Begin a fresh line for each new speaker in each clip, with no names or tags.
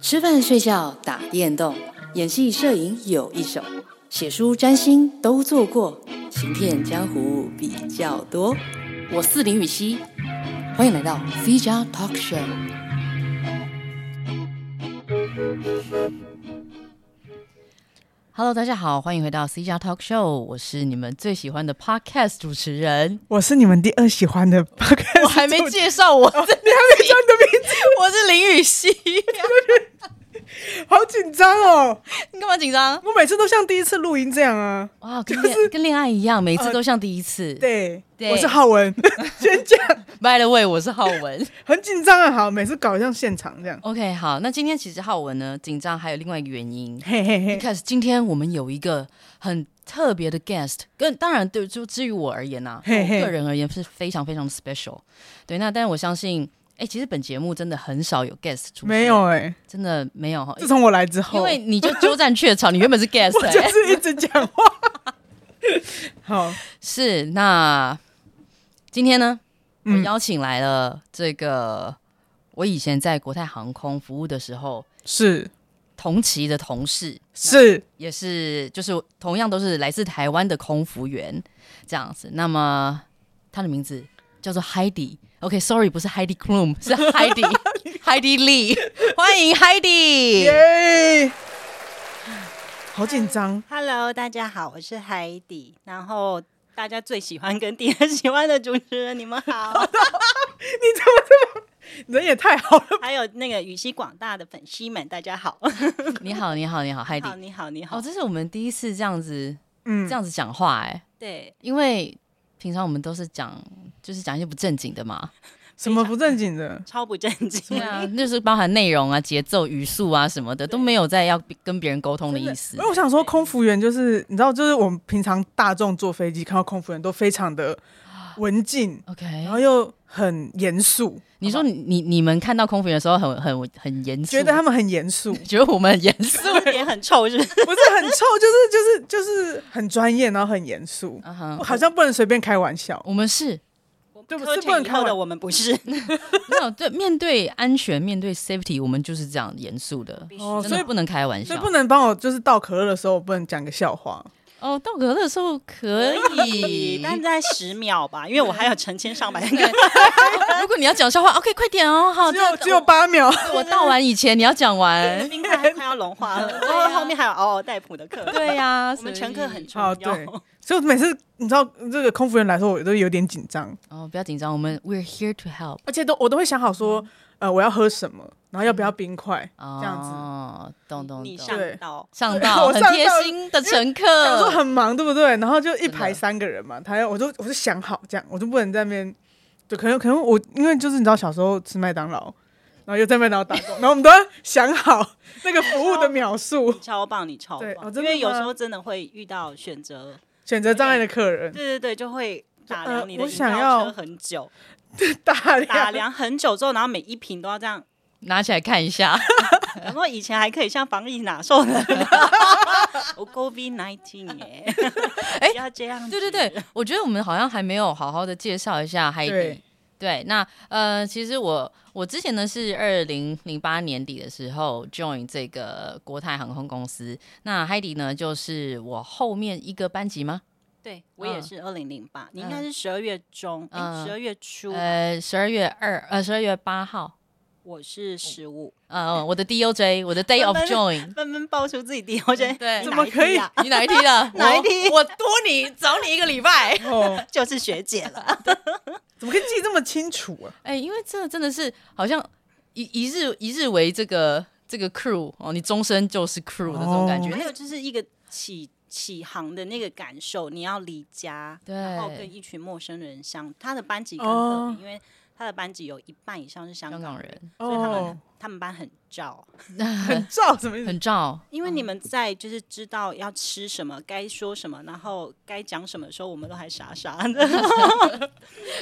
吃饭、睡觉、打电动、演戏、摄影有一手，写书、占星都做过，行骗江湖比较多。我是林雨熙，欢迎来到 C 加 Talk Show。Hello，大家好，欢迎回到 C 加 Talk Show，我是你们最喜欢的 Podcast 主持人。
我是你们第二喜欢的 podcast，
我还没
主持
介绍 我，
哦你还没叫你的名字，
我是林雨熙，
好紧张哦！
你干嘛紧张？
我每次都像第一次录音这样啊。
哇，跟恋、跟恋爱一样，每次都像第一次。
对，
对
我是 浩文，先讲，
By the way，我是浩文。
很紧张啊。好，每次搞得像现场这样，
OK，好，那今天其实浩文呢紧张还有另外一个原因。
嘿嘿
一
嘿，
开始，今天我们有一个很特别的 guest，跟当然对，就至于我而言呐、啊，
嘿嘿
我个人而言是非常非常 special。对，那但是我相信，哎、其实本节目真的很少有 guest 出现，
没有，哎、
真的没有哈，
自从我来之后，
因为你就鸠占鹊巢，你原本是 guest，、
我就
哎
是一直讲 话。好，
是那今天呢，我
嗯
邀请来了这个、我以前在国泰航空服务的时候
是
同期的同事，
是，
也是就是同样都是来自台湾的空服员这样子。那么他的名字叫做 Heidi。OK，sorry，、不是 Heidi Klum，是 Heidi，Heidi Lee，欢迎 Heidi。
耶、好紧张，
Hello，大家好，我是海底，然后大家最喜欢跟第二喜欢的主持人，你们好，
人也太好了。
还有那个语西广大的粉丝们，大家好，
你好，你好，你好
好，
，Heidi。
你好，你好，
哦，这是我们第一次这样子
嗯
这，样子讲话哎、
对，
因为平常我们都是讲，就是讲一些不正经的嘛，
什么不正经的？
超不正经
对，啊，就是包含内容啊、节奏、语速啊什么的，都没有在要跟别人沟通的意思
因为。我想说，空服员就是你知道，就是我们平常大众坐飞机看到空服员都非常的文静，
OK，
然后又很严肃，
你说你你你们看到空服员的时候很很很严肃，
觉得他们很严肃，
觉得我们很严 肃，
也很臭，是不是？
不是很臭，就是就是就是很专业，然后很严肃，
啊哈，
好像不能随便开玩笑。
我们是
对不
课
是
程
不能
以
开
后
玩
的我们不是，
没有对面对安全、面对 safety，我们就是这样严肃的，
哦
真
所以
的不能开玩
所
笑
以。不能帮我，就是倒可乐的时候，我不能讲个笑话。
哦，到隔的时候可以，
但在十秒吧，因为我还有成千上百个，
如果你要讲笑话，OK，快点哦，好，
只
这
有
样
只有八秒，
我倒完以前你要讲完。
冰块快要融化了，然
啊
后后面还有嗷嗷待哺的课，
对呀、
我们乘
所以
客很重
哦对
要，
所以我每次你知道这个空服员来说，我都有点紧张，
哦，不要紧张，我们 we're here to help
而且都我都会想好说，呃，我要喝什么，然后要不要冰块，
嗯哦，
这样子
懂懂
你
懂，
上
对
到
上道
我
很
上
贴
道
心的乘
想说
客，
很忙，对不对？然后就
嗯
一
真的
排三个人嘛，他要我就我就想好这样，我就不能在那边，就可能可能我因为就是你知道小时候吃麦当劳，然后又在麦当劳打工，然后我们都要想好那个服务的秒数，
超棒，你超
对哦
棒，
真
因
的
为有
吗
时候真的会遇到选择
选择障碍的客
嗯
人
对对对，就会打
呃
量你的
我
饮
想
料
要
车很久，
大
打
量，
量很久之后，然后每一瓶都要这样。
拿起来看一下。
然后以前还可以像防疫哪受的，我 COVID nineteen 耶，
哎
不要这样，
对对 对，，我觉得我们好像还没有好好的介绍一下 Heidi。
对
对那呃，其实我我之前呢是二零零八年底的时候 join 这个国泰航空公司，那 Heidi 呢就是我后面一个班级吗？
对我也
嗯
是二零零八，你应该
嗯
是十二月中，
嗯
十二月初，
呃，十二月二呃十二月八号，
我是十五，
呃我的 DOJ 我的 Day of
我们
Join，
慢慢爆出自己第一，我觉得
对
你
怎
哪
么
一
可
批
以
啊
你哪一梯的？
哪一梯
我我多你找你一个礼拜。
哦，
就是学姐了，
怎么可以记这么清楚 啊？
哎、因为这真的是好像一一日一日为这个这个 crew 哦，你终身就是 crew 的这种感觉。
还有就是一个起起航的那个感受，你要离家，
对
然后跟一群陌生人相，他的班级更特
哦
别，因为他的班级有一半以上是香
香
港
港
人，
人
所以他们
哦，
他们班很照，
很照什 么意思？
很照，
因为你们在就是知道要吃什么、该说什么，然后该讲什么的时候，我们都还傻傻的，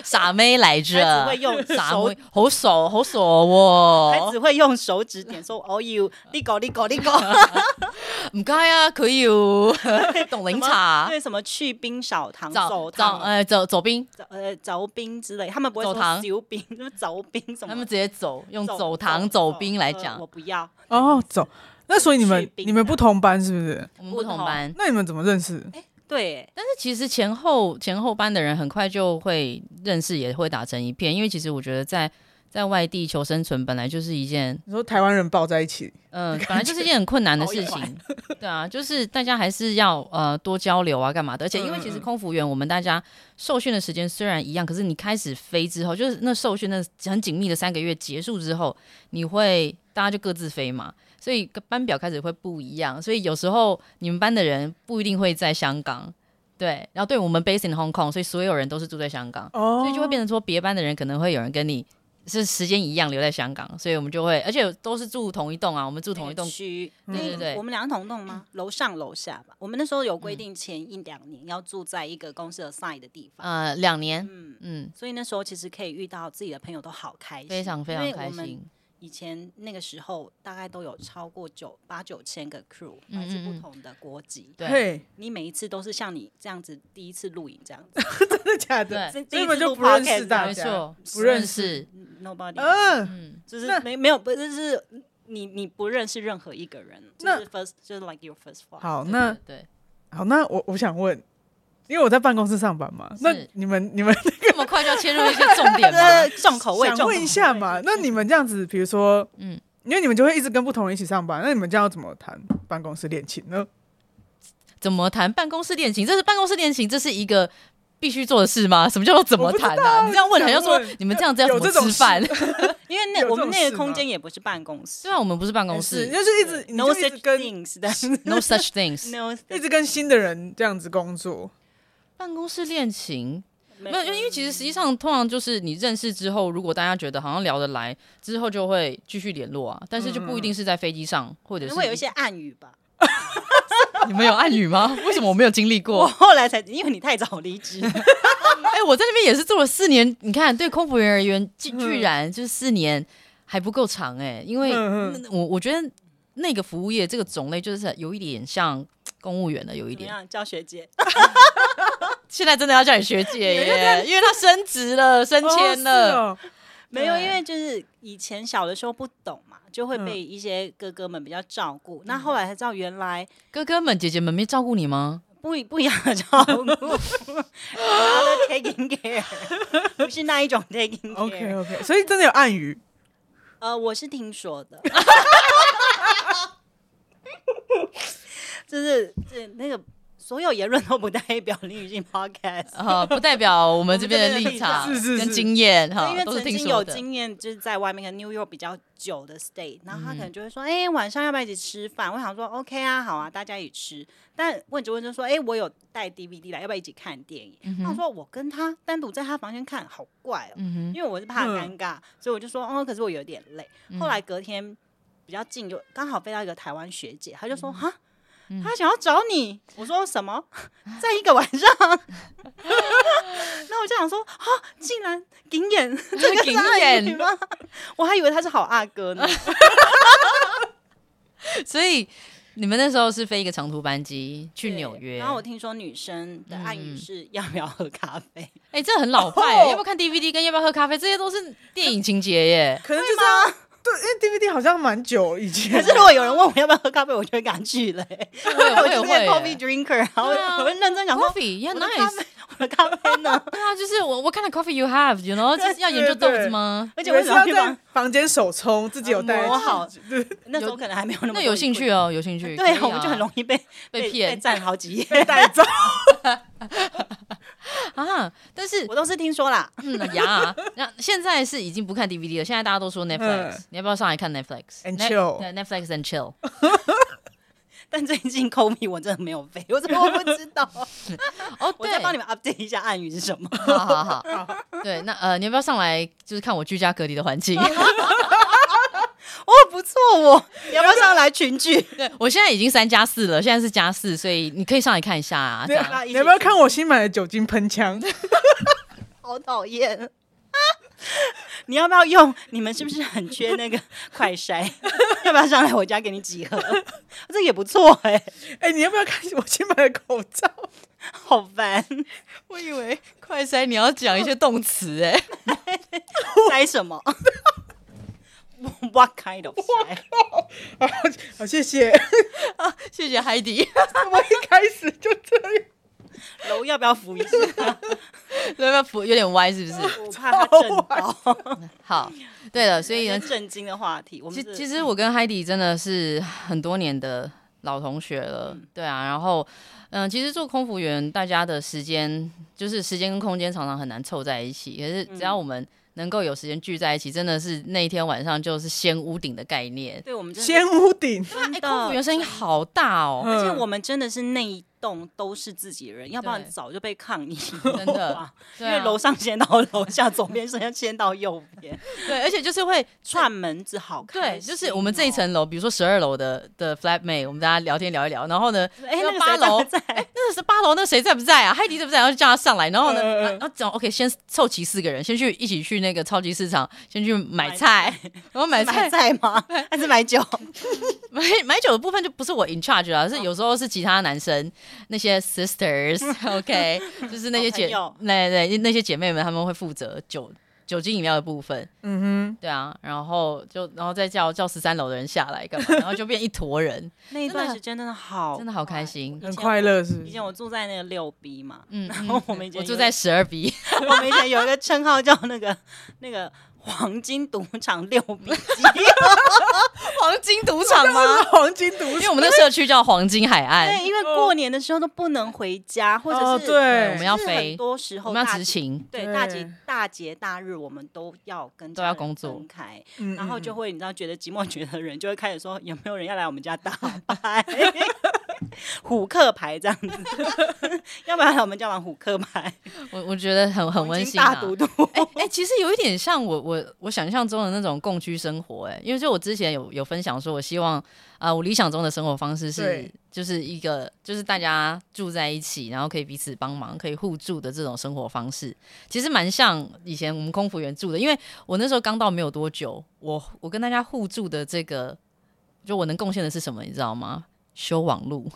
傻妹来
还只
着
会，用
傻
手
妹，好傻，好傻
还
喎！
只会用手指点说哦哟，你狗你狗你 狗，
唔该啊，佢要冻
什
柠
么
茶，
对什么去冰少糖、
走
走
走
糖、
诶走走冰，
走呃走冰之类，他们不会
呃走糖
说丢冰，就是走冰什
他
么
们
的。
直接走，用走糖
走
走冰来
呃
讲
我。不要。
哦，走。那所以你
去
们
啊
冰
你们不同班是不是？
我们不同
不同
班，
那你们怎么认识？
嗯
对，
但是其实前后前后班的人很快就会认识，也会打成一片。因为其实我觉得在在外地求生存本来就是一件
你说台湾人抱在一起，
嗯，本来就是一件很困难的事
好一
情， 对啊，就是大家还是要呃多交流啊，干嘛的？而且因为其实
嗯嗯嗯
空服员我们大家受训的时间虽然一样，可是你开始飞之后，就是那受训那很紧密的三个月结束之后，你会大家就各自飞嘛，所以班表开始会不一样，所以有时候你们班的人不一定会在香港，对，然后对我们 based in Hong Kong，所以所有人都是住在香港，
哦，
所以就会变成说，别班的人可能会有人跟你是时间一样留在香港，所以我们就会，而且都是住同一栋啊，我们住同一栋，
区，
嗯
对对对嗯
我们两个同栋吗？楼上楼下吧。我们那时候有规定，前一两年要住在一个公司的 sign 的地方。
呃，两年，
嗯，
嗯，
所以那时候其实可以遇到自己的朋友，都好开心，
非常非常
嗯因为
开
我们
心，
以前那个时候大概都有超过九八九千个 crew，
嗯
来自
嗯
不
嗯
同的国籍。
对
嘿，
你每一次都是像你这样子，第一次录影这样子，
真的假的？
对，
所以
所
第
以
一
你们
次
就
录
不认识
podcast，
大
没
家
错，
不认
识，
nobody，
嗯，
嗯，
就是
那
没没有不就是你你不认识任何一个人，就
那
是 first 就是 like your first f l i
好，
对
那
对对，
好，那我我想问，因为我在办公室上班嘛，那你们 你们
这么快就要切入一些重点
呃
吗？
重口味，重
想问一下嘛？那你们这样子，比如说，
嗯
嗯，因为你们就会一直跟不同人一起上班，那你们这样要怎么谈办公室恋情呢？
怎么谈办公室恋情？这是办公室恋情，这是一个。必须做的事吗？什么叫做怎么谈呢、啊？你这样问，人
我不
家
知道
说你们这样子要怎
有
么
这种
吃饭？
因为
有
那
这
我们
种
那
事
个空
吗
间也不是办公室
虽然我们不是办公室
是，就是一直你
，no
就一直
such
跟
things 的
，no such things。
no
一直跟新的人这样子工作，
办公室恋情，
没
没有，因为因为其实实际上通常就是你认识之后，如果大家觉得好像聊得来，之后就会继续联络啊。但是就不一定是在飞机上，或
可
者是
能会有一些暗语吧。
你们有暗语吗？为什么我没有经历
我
过？
后来才因为你太早 离职，
哎、我在那边也是做了四年，你看对空服员而言，居居然就是四年还不够长哎、因为
嗯嗯
那我我觉得那个服务业这个种类就是有一点像公务员的，有一
怎么
点。
样叫学姐？
现在真的要叫你学姐耶，因为他升职了，升迁了。
哦是哦
没有，因
对
为就是以前小的时候不懂嘛，就会
嗯
被一些哥哥们比较照顾。那后来才知道，原来
哥哥们、姐姐们没照顾你吗？
不一不一样的照顾，another taking care，不是那一种 taking
OK
care。
OK，所以哦真的有暗语，
呃，我是听说 的，就是这那个所有言论都不代表林语静 podcast。
啊，不代表我们这边的
我们
立
这边的立
场
场
是是是
跟经验
因
哈，
为
都是
曾
听
经
说
有
的。嗯
经验，就是在外面跟 New York 比较久的 stay，然后他可能就会说，哎、晚上要不要一起吃饭？我想说 OK 啊，好啊，大家一起吃。但问着问着说，哎、我有带 DVD 来，要不要一起看电影？
嗯
他、
哼
说我跟他单独在他房间看，好怪哦、
嗯嗯哼，
因为我是怕
嗯
尴尬，所以我就说，哦，可是我有点累。后来隔天比较近，就刚好飞到一个台湾学姐，她就
嗯
说，哈。她想要找你，我说什么？ 在一个晚上， 那我就想说，啊，竟然顶眼 这个是
顶
阿姨
眼
吗？ 我还以为他是好阿哥呢。
所以你们那时候是飞一个长途班机去
对
纽约，
然后我听说女生的暗语
嗯
是要不要喝咖啡？
哎、这很老派、
哦
要不要看 DVD 跟要不要喝咖啡，这些都是电影情节 耶。
可能就是要对，因为 DVD 好像蛮久以
可
前
是，如果有人问我要不要喝咖啡，我就会敢去了、欸。
我也我
我就
也
是个
会
coffee
耶。
drinker，然后
对啊
我会认真想说，
Coffee, yeah,
我的咖
nice.
啡，我的咖啡呢？
对啊，就是我我看了 coffee you have，you know，就是要研究
对
豆
对
子吗？
而
而
且我
是
想要
要
去
在
帮
房间手冲，自己有带
磨好，
对，
那时候可能还没有那么
那
多
有兴趣
哦。
哦，有兴趣。可
对
以
啊，我们就很容易被
被
被
骗
占好几页
带走。
啊。但是
我都是听说啦，
嗯呀， 那现在是已经不看 DVD 了，现在大家都说 Netflix，、
嗯
你要不要上来看 Netflix
And
Ne-
chill
对 Netflix and chill。
但最近 c o m 我真的没有飞，我怎么不知道？
哦，
我
对，
再帮你们 update 一下暗语是什么。
好 好好，对，那呃，你要不要上来就是看我居家隔离的环境？
我哦，不错哦，要不要上来群聚？
我现在已经三加四了，现在是加四，所以你可以上来看一下啊。这
你
样
啊
你要不要看我新买的酒精喷枪？
好讨厌。你要不要用？你们是不是很缺那个快筛？ 要不要上来我家给你几盒？ 这也不错哎、
哎、你要不要看我新买的口罩？
好 烦，
我以为快塞你要讲一些动词哎、
塞什么？What kind of 塞？
啊好，谢谢。
谢谢海底。
我们一开始就这样，
楼要不要扶一下？
要不要扶有点歪是不是？
我怕他震到。
好，对了，所以呢
很，震惊的话题，我们
其
是
其实我跟海底真的是很多年的老同学了，对啊，然后。嗯，其实做空服员，大家的时间就是时间跟空间常常很难凑在一起。可是只
嗯
要我们能够有时间聚在一起，真的是那一天晚上就是掀屋顶的概念。哎
对我们真的
先屋顶。
真的
空服员声音好大哦，
而且
嗯
我们真的是那一栋都是自己人，要不然
对
早就被抗议。
真的，
因
对
为
啊，
楼上先到楼下，左边先要先到右边，
对，而且就是会
串门子好哦看。
对，就是我们这一
哦
层楼，比如说十二楼的的 flatmate，我们大家聊天聊一聊，然后呢，
哎，
要
那个
八
谁在
楼
不在，
那个是八楼，那谁在不在啊？海迪在不在？然后就叫他上来，然后呢，
嗯嗯嗯
啊然后讲 OK，先凑齐四个人，先去一起去那个超级市场，先去买菜， 然后买
买
菜
菜吗？哎还是买 酒？
买买酒的部分就不是我 in charge 了，是有时候是其他男生那些 sisters，OK，就是那些姐，
好朋
对对，那些姐妹们他们会负责酒酒精饮料的部分，
嗯
对啊，然后就然后再叫叫十三楼的人下来干 嘛，然后就变一坨人，
那一段时间真的好，
真的好开。心
哼，。很快乐是不
以
是
前我住在那个六 B 嘛，
嗯，
然后 我们以前
我
有
住在十二 B，
我们以前有一个称号叫那个那个黄金赌场六 B 机，
黄金赌场吗？
黄金 毒
因为我们那社区叫黄金海岸，
对，嗯因为过年的时候都不能回家，或者
哦，
是
对
对，
我们要
就是
飞
很多时候
我们要
大
执
节
勤，
对
对
大节大节大日，我们都要跟
都
家
要
人
工作
分开，
嗯
然后就
嗯
会你知道觉得寂寞觉得人就会开始说有没有人要来我们家 打牌，虎克牌这样子，要不然我们家玩虎克牌，
我我觉得很很温
黄金
馨啊
大。赌徒，
哎哎、其实有一点像我我我想象中的那种共居生活、哎，因为就我之前有有分享说，我希望啊、呃我理想中的生活方式是
对
就是一个就是大家住在一起，然后可以彼此帮忙，可以互助的这种生活方式，其实蛮像以前我们空服员住的，因为我那时候刚到没有多久，我我跟大家互助的这个，就我能贡献的是什么，你知道吗？修网路。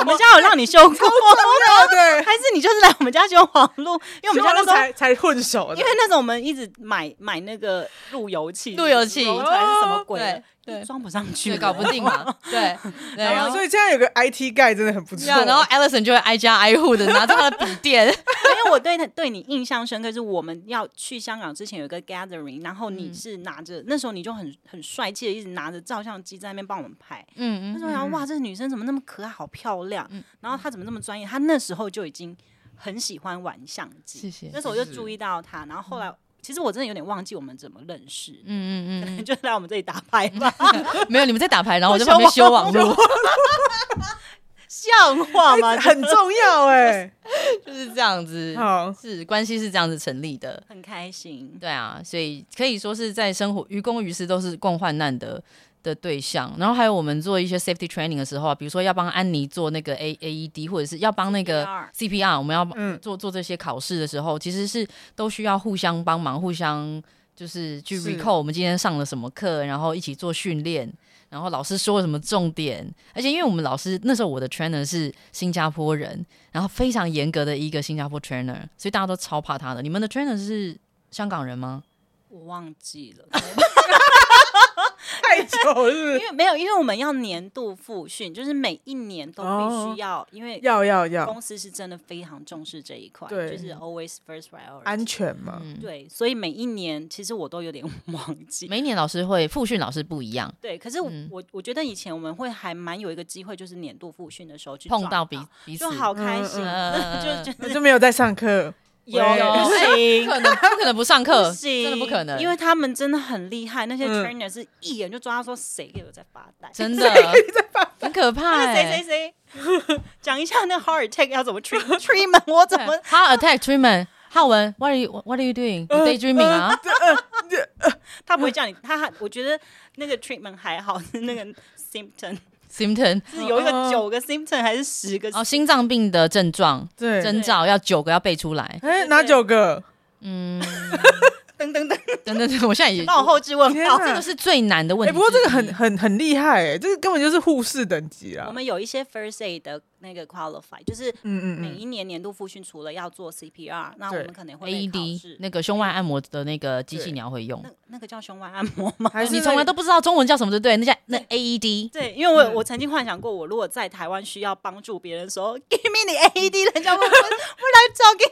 我们家有让你修 过，
哦 对，
还是你就是来我们家修网路，因为我们家那
都
时候。
才才混熟的，
因为那时候我们一直买买那个路由器，
路由器
路还是什么鬼的
对，对
装不上去
对，
了，
搞不定嘛，对对，
然
然后
后
啊
所以现在有个 IT 盖真的很 不错，
呀，然后 Alison 就会挨家挨户的拿着他的笔电，
因为我对他对你印象深刻，是我们要去香港之前有一个 gathering，然后
嗯
你是拿着、那时候你就很很帅气的一直拿着照相机在那边帮我们拍。那
嗯
时候我想哇，这女生怎么那么可爱，好漂亮，然后她怎么那么专业？她那时候就已经很喜欢玩相
谢
机，
谢，嗯
那时候我就注意到她，然后后来。其实我真的有点忘记我们怎么认识，
嗯嗯
可能就来我们这里打牌 吧，
嗯，没有，你们在打牌，然后我在旁边修网络，
像话吗？
很重要哎，
就是这样子，
好，
是关系是这样子成立的，
很开心。
对啊，所以可以说是在生活于公于私都是共患难的。的对象，然后还有我们做一些 safety training 的时候啊，比如说要帮安妮做那个 A A E D，或者是要帮那个 CPR，我们要
嗯
做做这些考试的时候，其实是都需要互相帮忙，互相就是去
是
recall 我们今天上了什么课，然后一起做训练，然后老师说了什么重点。而且因为我们老师那时候我的 trainer 是新加坡人，然后非常严格的一个新加坡 trainer，所以大家都超怕他的。你们的 trainer 是香港人吗？
我忘记 了，
太久
因
是
为没有，因为我们要年度复训，就是每一年都必须要，因为
要要要
公司是真的非常重视这一块，
对
就是 always first priority。
安全嘛，
嗯，
对，所以每一年其实我都有点忘记。
每一年老师会复训，老师不一样，
对，可是我、
嗯
我我觉得以前我们会还蛮有一个机会，就是年度复训的时候去
碰
撞
到彼彼此
就好开心，
嗯
就就
我就没有在上课，
有
喂
有
不
不
行
可能不可能不上课
不，行
真的不可能，
因为他们真的很厉害，那些
嗯
trainer 是一眼就抓到说谁给我在发呆，
真的很可怕
那个
欸。
谁谁谁 讲一下那 heart attack 要怎么 treat treatment，我 怎么
呃
他 attack treatment？浩文，what are you what are you doing？你 daydreaming 啊？
他不会叫你，他还我觉得那个 treatment 还好，是那个 symptom
symptom
是有一个
哦
九个 symptom 还是十个？
嗯哦，心脏病的症状
对，
征兆要九个要背出来。
哎，哪九个？
嗯，
等等等，
等等等，我现在 也啊
帮我后置问
天
号。
哪
这个是最难的问
哎，
题之
不
一。
过这个很很很厉害哎，这个根本就是护士等级
我
啦。
们有一些 first aid 的那个 qualify，就是
嗯
每
嗯嗯，
一年年度复训除了要做 CPR，那我
对
们可能会被考
AED
试。
E 那个胸外按摩的那个机器
对
你要会用
那，那个叫胸外按摩吗？
还是
你从来都不知道中文叫什么，对不对？那叫那 E AED。
对，因
嗯
为我我曾经幻想过，我如果在台湾需要帮助别人的时候，Give me the
嗯
AED，人家会不会不来找给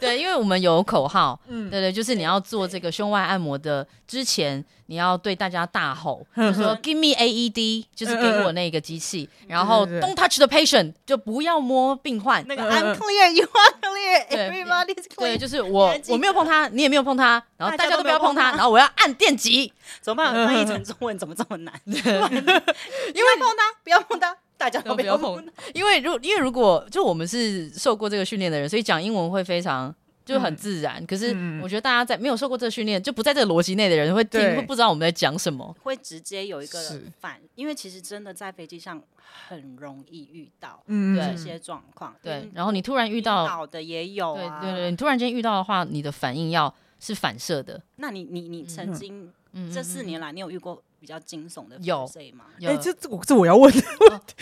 对，因为我们有口号，
嗯
对对，就是你要做这个胸外按摩的之前，你要对大家大吼，就说 “Give me AED”，就是给我那个机器，然后
对对对
“Don't touch the patient”，就不要摸病患。
那个
嗯嗯
I'm clear, you are
对
clear, everybody's
对，
clear。
就是我
还记得
我没有碰他，你也没有碰他，然后大
大家
家
都
都
没
不
有
要碰
碰
他，
他
然后我要按电极，
怎么办？翻
嗯
译成中文怎么这么难？因 为碰他，不要碰他，大家都
都
不
不
要
要
碰
碰
他。
因为如因为如果就我们是受过这个训练的人，所以讲英文会非常。就很自然，可是
嗯
我觉得大家在没有受过这个训练，就不在这个逻辑内的人会听，
对
会不知道我们在讲什么。
会直接有一个
是
反，因为其实真的在飞机上很容易遇到
嗯
对
这
嗯
些状况。
对
嗯，
然后你突然遇
晕
到
倒的也有
对
啊。
对对，你突然间遇到的话，你的反应要是反射的。
那你你你曾经
嗯，
这四年来，你有遇过比较惊悚的
有
first aid 吗？
哎，这这我这我要问的，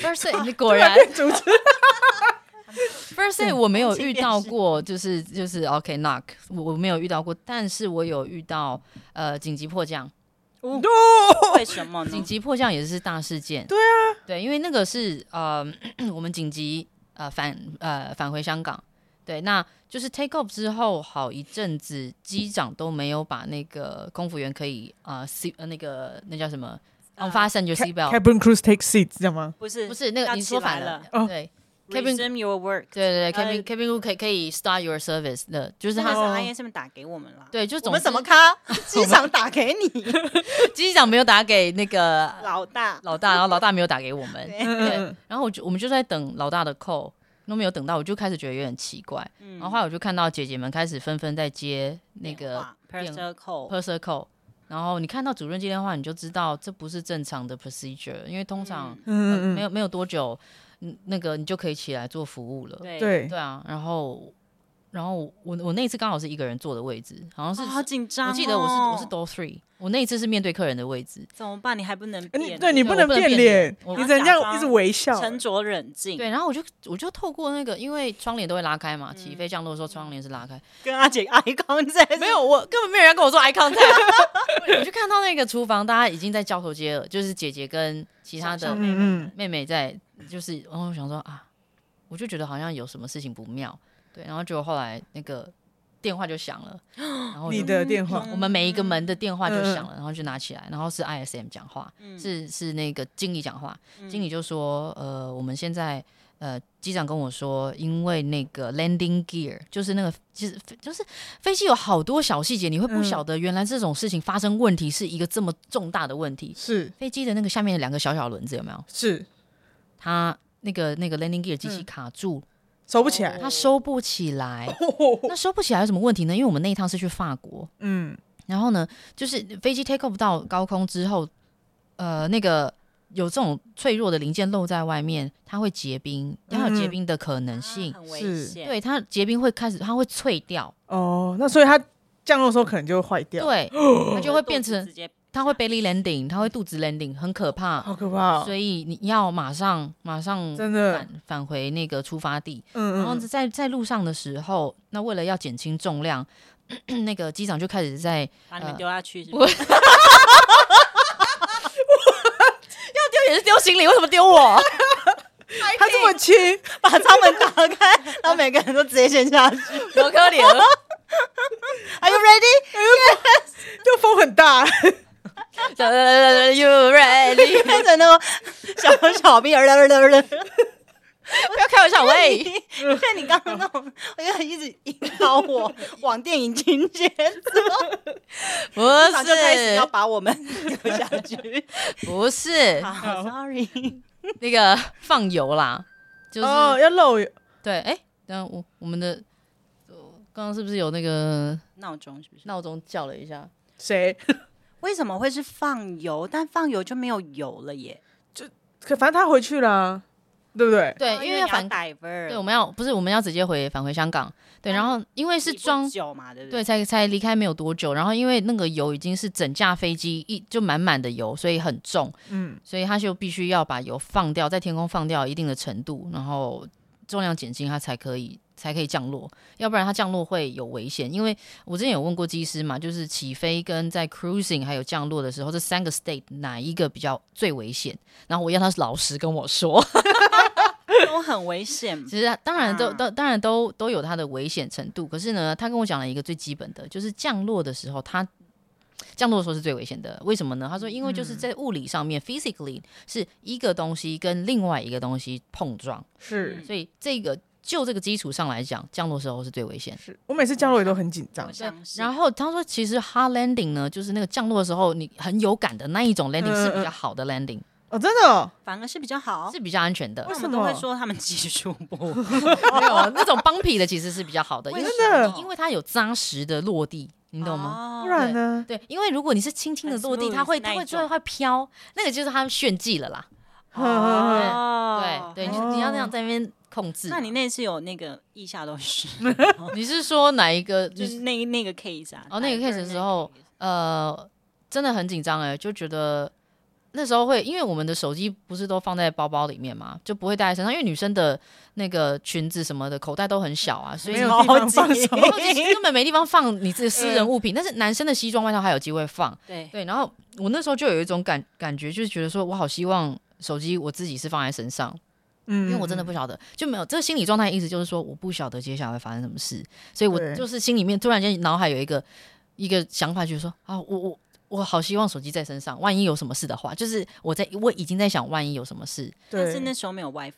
first aid 果然
主持
first aid 我没有
请
遇
辨
到
识
过，就是就是 OK knock 我我没有遇到过，但是我有遇到呃紧急迫降，
哦
哦
为什么呢
紧？急迫降也是大事件。
对
啊，对，因为那个是呃 我们紧急呃返呃返回香港，对，那就是 take off 之后好一阵子，机长都没有把那个空服员可以啊 C 呃那个那叫什么
呃
unfasten your seat belt。
，Cabin crew take seat 这样吗？
不是
不是那
要
个，你
起
说
来
反了，
哦
对，Kevin-
，resume your work。
对对
呃
对，Kevin Kevin Wu 可以可以 start your service 的，就是
真的
他
是
哦
ISM 打给我们了。
对，就
我
总
们
之
怎么咖？机长打给你，
机长没有打给那个
老大。
老大，然后老大没有打给我们，
对
嗯嗯
对，然后我就我们就在等老大的扣，都没有等到，我就开始觉得有点奇怪，
嗯
然后后来我就看到姐姐们开始纷纷在接那个
p e r s o
p e
call，
r s e call，然后你看到主任接电话，你就知道这不是正常的 procedure，因为通常呃
嗯嗯
没
嗯，
有没有多久，嗯那个你就可以起来做服务了，
对
对，
对啊，然后然后我我那一次刚好是一个人坐的位置，好像是、
哦好紧张哦。
我记得我是我是 door three，我那一次是面对客人的位置，
怎么办？你还不能
哎你
变，
对你
对
不
我
能
不能
变
变
脸
脸，
你
我
只
要
能这
假
样
装
一直微笑。
沉着冷静。
对，然后我就我就透过那个，因为窗帘都会拉开嘛，
嗯
起飞降落的时候窗帘是拉开，
跟阿姐 eye contact
没有我根本没有人跟我说 eye contact，我 就看到那个厨房大家已经在交头接耳，就是姐姐跟其他
小
的
妹
嗯
妹妹在，就是然后我想说啊，我就觉得好像有什么事情不妙，对，然后结果后来那个电话就响了，然后
嗯，
我
你
就
的电话
我们每一个门的电话就响了，然后就拿起来，然后是 ISM 讲话，是是那个经理讲话，
嗯
经理就说，呃，我们现在呃，机长跟我说，因为那个 landing gear 就是那个其实就是飞机有好多小细节，你会不
嗯
晓得原来这种事情发生问题是一个这么重大的问题。
是
飞机的那个下面的两个小小轮子有没有？
是
它那个那个 landing gear 机器
嗯
卡住，
收不起来 哦
哦，
它收不起来。那收不起来有什么问题呢？因为我们那一趟是去法国，
嗯，
然后呢，就是飞机 take off 到高空之后，呃，那个有这种脆弱的零件露在外面，它会结冰，它有结冰的可能性。
嗯啊很危
是
险。
对，它结冰会开始，它会脆掉，
哦，那所以它降落的时候可能就会坏掉，，
对，它
我
就
的
会
肚
变
子
成
直，接
它会 belly landing，它会肚子 landing，很可怕。
好可怕哦，
所以你要马上马上
真的，
返返回那个出发地。然后
嗯嗯，
在在路上的时候，那为了要减轻重量， 那个机长就开始在
把你们
呃
丢下去是
我
不是，
丢也是丢行李，为什么丢我？
它这么轻，
把舱门打开，然后每个人都直接陷下去。
有可怜哦了。
Are you ready？
这个风很大，
You ready？
变成
哦
那个小小兵儿了了 了了。
不要开玩笑，
你
喂！
因为你刚刚那种，我就一直引导我往电影 情节，
不
市场就开始要
是，
把我们 丢下 去。
不是
好，sorry，
那个放油啦，就是、
哦，要漏油，
对，哎、等下我我们的呃刚刚是不是有那个
闹钟是不是？
闹钟叫了一下？
谁？
为什么会是放油？但放油就没有油了耶，
可反正他回去了啊，对不对？
哦
对，因
因
为
要
要返
百分，
对，我们要不是我们要直接回返回香港，对，然后因为是装
酒嘛，对不
对
对？
才才离开没有多久，然后因为那个油已经是整架飞机一就满满的油，所以很重，
嗯，
所以他就必须要把油放掉，在天空放掉一定的程度，然后重量减轻，它才可以才可以降落，要不然它降落会有危险。因为我之前有问过机师嘛，就是起飞跟在 cruising 还有降落的时候，这三个 state 哪一个比较最危险？然后我要他老实跟我说，
都很危险。
其实当然都
嗯
啊
都当然都都有它的危险程度，可是呢，他跟我讲了一个最基本的，就是降落的时候它降落的时候是最危险的，为什么呢？他说，因为就是
嗯
在物理上面、p h y s i c a l l y 是一个东西跟另外一个东西碰撞，
是
嗯
所以这个就这个基础上来讲，降落时候是最危险的。
是，我每次降落也都很紧张
我，相信
然后他说，其实 hard landing 呢，就是那个降落的时候你很有感的那一种 landing
嗯
是比较好的 landing，、
哦，真的哦，
反而是比较好
是。比较安全的
那。我
为什
们都会
么
说他们技术不
没有那种 bumpy 的其实是比较好的，因为
真的
因为它有扎实的落地，你懂吗？
吗
不然呢？
对，因为如果你是轻轻的
哦很
落地，
smooth
它会
那
它
一
会
种
就会飘，那个就是它炫技了啦。
哦
对对，你你要那样在那边控制。
那你那次有那个腋下都是，
你是说哪一个？就
就
是是
那那个 case 啊？
哦那个
Diver
case 的时
那个
候
case
呃，真的很紧张哎，就觉得那时候会，因为我们的手机不是都放在包包里面嘛，就不会带在身上，因为女生的那个裙子什么的口袋都很小啊，所以
没有地方
超
放
级
手，
然后其实根本没地方放你自己的私人物
嗯
品，但是男生的西装外套还有机会放。
对，
对，然后我那时候就有一种感感觉，就是觉得说我好希望手机我自己是放在身上，
嗯，
因为我真的不晓得，就没有这个心理状态，意思就是说我不晓得接下来会发生什么事，所以我
对
就是心里面突然间脑海有一个一个想法，就是说啊，我我。我好希望手机在身上，万一有什么事的话，就是我在我已经在想，万一有什么事，
但是
对，
那时候没有 WiFi，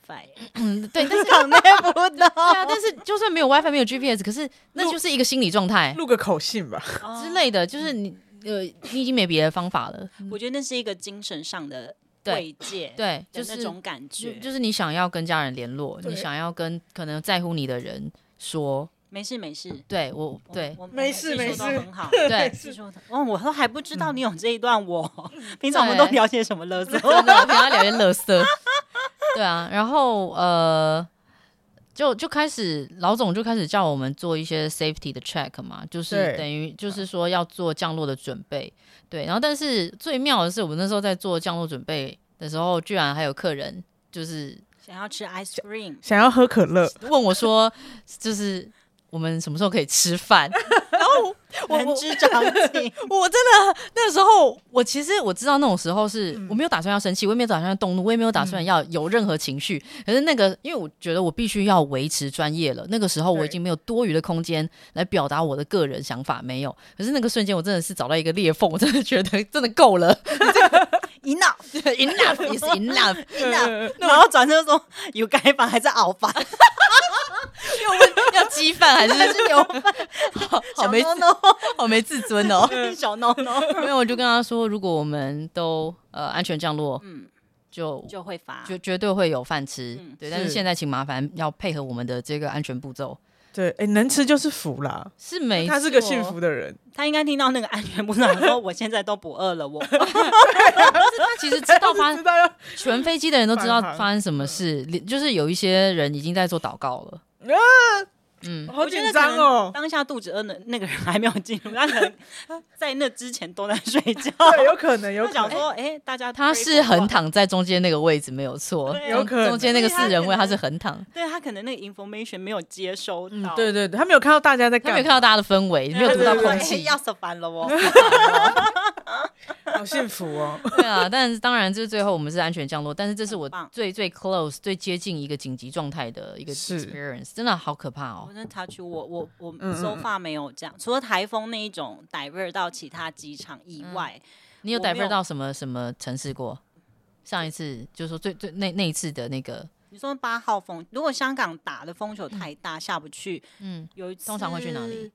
嗯，对，但是对
想那不到
啊，但是就算没有 WiFi，没有 GPS，可是那就是一个心理状态
录个口信吧，
之。类的，就是你呃，你已经没别的方法了，
我觉得那是一个精神上的
对
慰藉，
对，
就
就是
那种感
就
觉，
就是你想要跟家人联络，
对
你想要跟可能在乎你的人说，
没事没事。
对我
我
对，
我
没事
我
没
技术都
事
很好。
对
技术都哦，我都还不知道你有这一段 我，平常我们都
嗯对
聊些什么乐色？
真的陪他聊些乐色， 对啊，然后呃，就就开始老总就开始叫我们做一些 safety 的 check 嘛，就是
对
等于就是说要做降落的准备，对，然后但是最妙的是，我们那时候在做降落准备的时候，居然还有客人就是
想要吃 ice cream，
想要喝可乐，
问我说，就是我们什么时候可以吃饭？ 我
人之常 情。
我真的那时候，我其实我知道那种时候是、我没有打算要生气，我也没有打算要动怒，我也没有打算要有任何情绪。可是那个，因为我觉得我必须要维持专业了，那个时候我已
对
经没有多余的空间来表达我的个人想法，没有。可是那个瞬间，我真的是找到一个裂缝，我真的觉得真的够了
Enough，
，enough is enough。
呃
然后转身说有该房还是熬 房，
要鸡饭还是牛饭？好好没
小 no
好没自尊 哦。
no，小 no no，
嗯
没有，我就跟他说，如果我们都呃安全降落，
嗯，
就
就会罚。
绝绝对会有饭吃，
啊嗯
对。但是
是
现在请麻烦要配合我们的这个安全步骤，
对，哎，能吃就是福啦，
是没
他是个幸福
的。
的人，
他应该听到那个安全部 长说：“我现在都不饿了，我
他其实知道
他
发
知道要
全飞机的人都知道
返航
发生什么事，连就是有一些人已经在做祷告了。嗯，
好紧张哦，
当下肚子饿的那个人还没有进入，他 可能在那之前都在睡觉。
对，有 可能，有
我
可
想
能，
说，哎，大家
他
pray
是
for
横
what？
躺在中间那个位置，没有错。
对啊
有可能
中间那个四人位，
所
他
以他可能
是横躺。
对他可能那个 information 没有接收
嗯
到，，
对对对，他没有看到大家在
他
干
没有
嘛，
看到大家的氛围，没有
对
读到
对
对
对，
空
哎
气。
要死烦了哦。
好幸福哦，
对啊，但是当然，就是最后我们是安全降落，但是这是我
很棒
最最 close、最接近一个紧急状态的一个
是
experience，真的好可怕哦
我。真的 touch 我我我
嗯
so far 没有这样，除了台风那一种 divert 到其他机场以
嗯
外，
你有
我没
diver
有
到什么什么城市过？上一次就是说最最那那一次的那个，
你说八号风，如果香港打的风球太大下不去，
嗯，
有一次
通常会去哪里？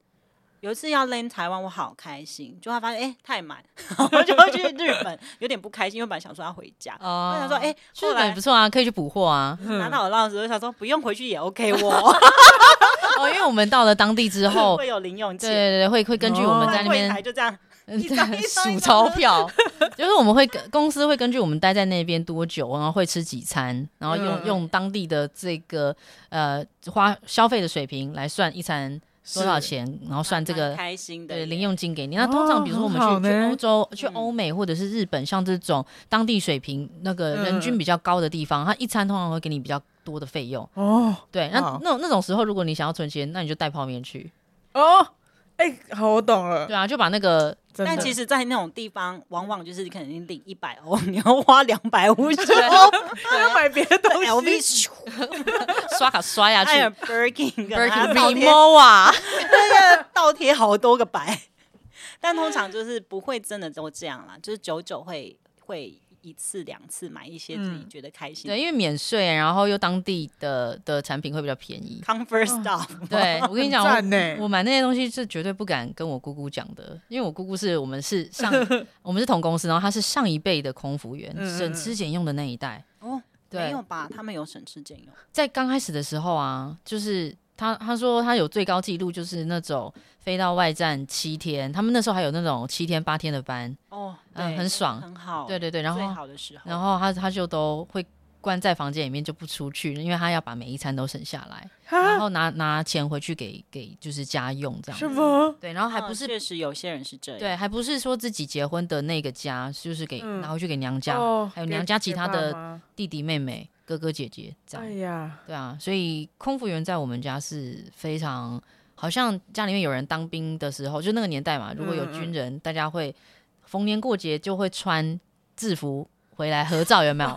有一次要 land 台湾，我好开心，就他发现哎、太 满，我就要去日本，有点不开心，因为本来想说要回家，
哦
我想说哎、
去
后
日本
来
也不错啊，可以去补货 啊。
拿到我钥匙，我想说不用回去也 OK，我
哦，因为我们到了当地之后，
会有零用
对
钱，
对对，会会根据我
哦
们
不然
在那
柜
边
台就这样
嗯
一张一 张
数钞 票，就是我们会跟公司会根据我们待在那边多久，然后会吃几餐，然后用、
嗯
用当地的这个呃花消费的水平来算一餐 多少 钱，然后算这
蛮
个
开心的
对
耶，
零用金给你。那
哦
通常比如说我们去、
很好
去
呢
欧洲、去
嗯
欧美或者是日本，像这种当地水平那个人均
嗯
比较高的地方，它一餐通常会给你比较多的费用。
哦
对，那
好
那种那种时候，如果你想要存钱，那你就带泡面去。
哦，哎，好，我懂了。
对啊，就把那个
真的
但 其实，在那种地方，往往就是可能领一百欧，你要花两百 五 十欧
要买
啊
别的
哎
东
LV
西，
咻。
刷 卡刷下去
哎
还有哎 Birkin 跟它
，Birkin
倒
v
贴
m 啊。
那个倒贴好多个白， 但通常就是不会真的都这样啦，就是久久会会一次两次买一些自己
嗯
觉得开心的。。
对，因为免税，然后又当地的的产品会比较便宜
Comfort
嗯
Stuff，
对我跟你讲，
很赞
我
呢
我买那些东西是绝对不敢跟我姑姑讲的，因为我姑姑是我们是 上我们是同公司，然后她是上一辈的空服员，
嗯嗯
省吃俭用的那一代。
哦，没
对
有，吧？他们有省吃俭用，
在刚开始的时候啊，就是她她说她有最高纪录就是那种飞到外站七天，他们那时候还有那种七天八天的班，
哦，
嗯
对
很爽
很好，
对对对，然
哦最
后
好的时候，
然后她她就都会关在房间里面就不出去，因为她要把每一餐都省下来。然
啊
哈，
后拿拿钱回去给给就是家用这样
什
子，
么？
对，然后还
嗯
不是、
确实有些人是这样，
对，还不是说自己结婚的那个家，就是给、
嗯
拿回去给娘家，
哦
还有
给
娘家其
给
他
爸
的
妈
弟弟妹妹、哥哥姐姐这样，
哎呀，
对啊，所以空服员在我们家是非常，好像家里面有人当兵的时候，就那个年代嘛，如果有
嗯嗯
军人，大家会逢年过节就会穿制服。回来合照有没有？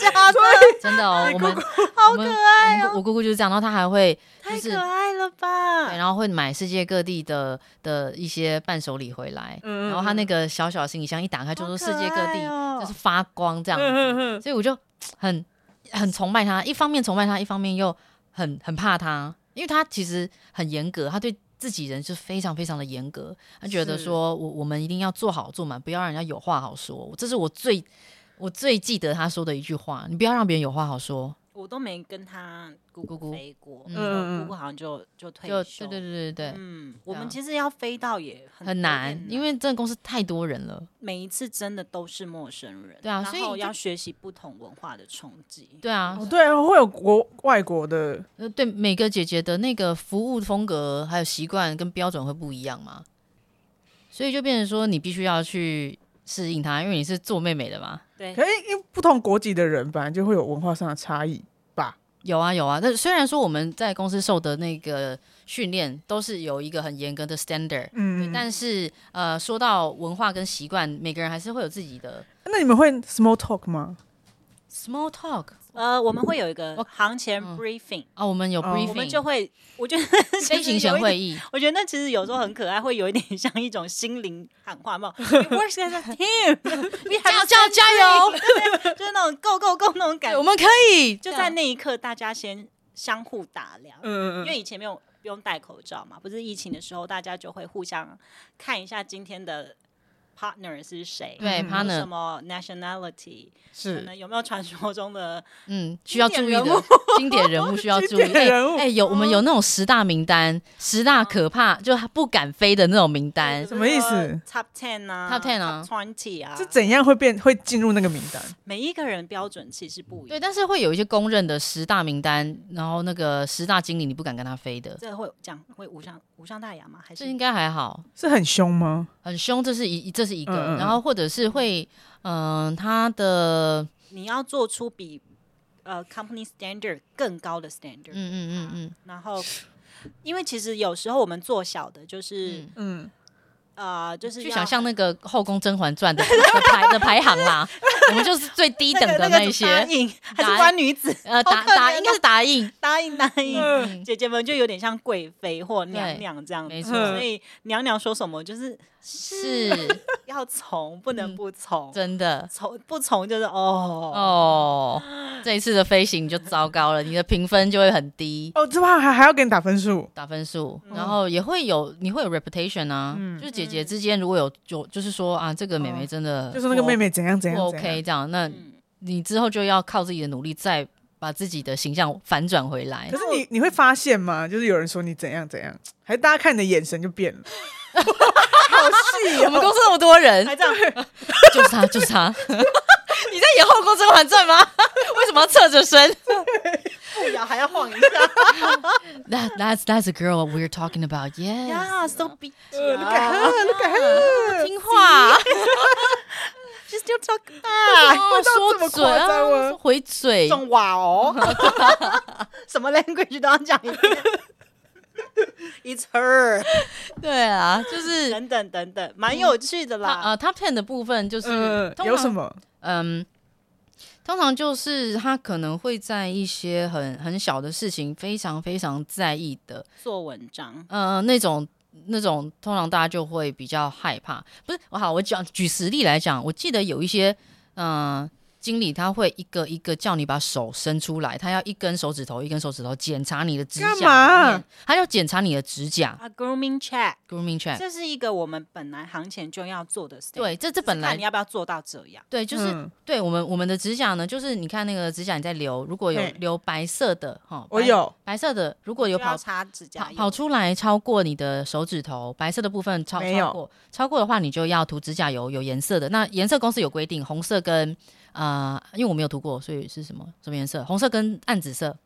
真的哦，我们好可爱哦！我姑姑就是这样，然后她还会就
太
是
可爱了
对，
吧？
然后会买世界各地的的一些伴手礼回来，
嗯嗯
然后他那个小小的行李箱一打开，就
好
是世
可
界各
哎
爱哦
地就是发光这样，
嗯嗯
所以我就很很崇拜他，一方面崇拜他，一方面又很很怕他，因为他其实很严格，他对。自己人就是非常非常的严格，他觉得
是
说我我们一定要做好做满，不要让人家有话好说。这是我最我最记得他说的一句话，你不要让别人有话好说。
我都没跟他姑
姑姑
飞过，
嗯
嗯，姑姑好像就就退
就
休，
对对对对对，
嗯，我们
对啊
其实要飞到也很啊
很
有
难
点，
因为这个公司太多人了。
每一次真的都是陌生人，
对啊
然
所以就
后要学习不同文化的冲击，
对啊，
哦，对，会有国外国的，
呃，对每个姐姐的那个服务风格还有习惯跟标准会不一样嘛，所以就变成说你必须要去适应她，因为你是做妹妹的嘛。
对
可是因为不同国籍的人本来就会有文化上的差异吧？
有啊有啊，但虽然说我们在公司受的那个训练都是有一个很严格的 standard，、
嗯，
但是呃，说到文化跟习惯，每个人还是会有自己的
那你们会 small talk 吗？
small talk
呃，我们会有一个
我
行前
嗯
briefing，、
啊、我们有
哦
briefing，、
我们就会，我觉得
飞行前会，议，
我觉得那其实有时候很可爱，会有一点 像一种心灵喊 话嘛，We work as a team，We
加
have
加加油，
a- 就是那种 go go go 那种感
对，我
觉，
们可以
就
这样
在那一刻大家先相互打量，
嗯
因为以前没有不用戴口罩嘛，不是疫情的时候，大家就会互相看一下今天的 partner 是谁，
对
嗯
有什
partner，
么 nationality，可
是
能有没有传说中的
嗯，需要注意
经典人
的经典人 物需要注意。
经典人物
哎、有我
嗯
们有那种十大名单，十大可怕就不敢飞的那种名 单
比如。
什么意
说
思
？Top ten 啊
Top 10啊
，Twenty 啊，
是怎样会变会进入那个名单？
每一个人标准其实不一
对，
样，
但是会有一些公认的十大名单，然后那个十大经理你不敢跟他飞的，
这会讲会无伤无伤大雅吗？还
这
是
应该还好，
是很凶吗？
很凶，这是一这是一个，
嗯嗯嗯
然后或者是会，嗯、他的，
你要做出比呃 company standard 更高的
嗯
standard？
嗯嗯嗯
然后，因为其实有时候我们做小的就是、
嗯，
嗯，
呃，就是
去
要
想象那个《后宫甄嬛传》的 的排的排行啦，我们就是最低等的
那
一些，
个那个答应还
答
是
应
官女子，
呃，
好
答
可
答
怜啊
应该是答 应，
答应答应。
嗯
姐姐们就有点像贵妃或娘
对
娘这样子，
没错
所以娘娘说什么就是
是
要从，不能
嗯
不从，
真的。
从不从就是哦
哦，这一次的飞行就糟糕了，你的评分就会很低，
哦，这怕还还要给你打分数，
打分数，然后也会有你会有 reputation 啊，
嗯哦
就是姐姐之间如果有就就是说啊，这个妹妹真的
就是那个
不
妹妹怎样怎
不
样怎
OK
样。
这样，那
嗯
你之后就要靠自己的努力再把自己的形象反转回来
可。是你你会发现吗？就是有人说你怎样怎样，还是大家看你的眼神就变了，好细
我们
哦。
公司那么多人，
还这样，
就是他，就是 他。你在演后宫甄嬛传吗？ 为什么要侧着身
不摇还要晃一 下
？That that's that's a girl we're talking about. Yes，
呀，so big，
你改
Oh,
喝，你改喝，
听话，啊
She still talk back，
哦
这么
说
夸
嘴
张吗
啊，说回嘴。
种哇哦， 什么 language 都要讲一遍。It's her，
对啊，就是
等等等等，蛮有趣的
他
啦。
呃 top ten 的部分 就是、
嗯，
通常
有什么？
嗯，通常就是他可能会在一些很很小的事情非常非常在意的，
做文章，
呃，那种那种通常大家就会比较害怕。不是，我好，我讲举实例来讲，我记得有一些嗯、呃经理他会一个一个叫你把手伸出来，他要一根手指头一根手指头检查你的指甲里
干嘛
面，他要检查你的指甲
啊，grooming check，
grooming check。
这是一个我们本来行前就要做的 step。
对，这
就
这
是
本
看
来
你要不要做到这样？
对，就是、
嗯
对我们我们的指甲呢，就是你看那个指甲你在留，如果有
嘿
留白色的哈，
我
白
有
白色的，如果有
就要
跑
擦指甲
跑
油
跑出来超过你的手指头，白色的部分超
没有
超过，超过的话你就要涂指甲油，有颜色的。那颜色公司有规定，红色跟呃，因为我没有涂过，所以是什么什么颜色？红色跟暗紫色。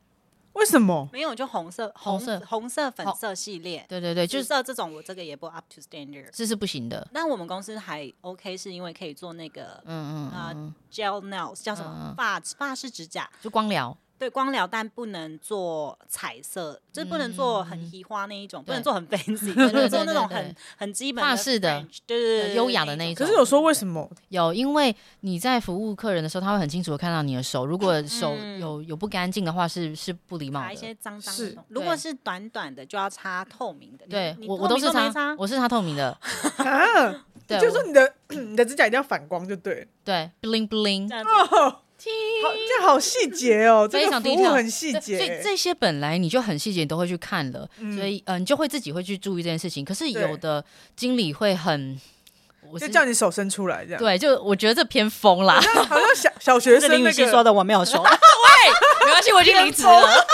为什么？
没有就红色、
红
红
色
红色、粉
好
色系列，
对对对，就
就是色这种我这个也不 up to standard。
这是不行的。
但我们公司还 OK，是因为可以做那
嗯
个
嗯
啊
嗯嗯，
gel nails，叫什么
嗯
发发式指甲，
就光 疗。
对光疗，但不能做彩色，就是不能做很提花那一种，不能
嗯对
做很 fancy，
对
不能做
对
那
对
种
对
很很基本
法式的
French，对对对，
优雅的那一
一
种
可是有说为什么？
有，因为你在服务客人的时候，他会很清楚的看到你的手，如果手
嗯
有有不干净的话，是是不礼貌
擦一
的
些。脏脏
是
的东西。如果
对
是短短的，就要擦透明的。你
对
你
我
透
我都
明
是
没
擦，我是擦透明 的，
啊，
对
就是
我
说你的你的指甲一定要反光就 对了。
对 bling bling
这。样子
哦，好，这样好细节哦，这
非
个
常
服
detail，
务很细
对所
节
以。这些本来你就很细节，你都会去看了，所以嗯、呃你就会自己会去注意这件事情。可是
对
有的经理会很，我
就是叫你手伸出来这样，
对，就我觉得这偏疯 啦，
好 像小小学
这
生
林
那个，
雨
这
熙
样
说的，我没有说。
没关系，我已经离职了。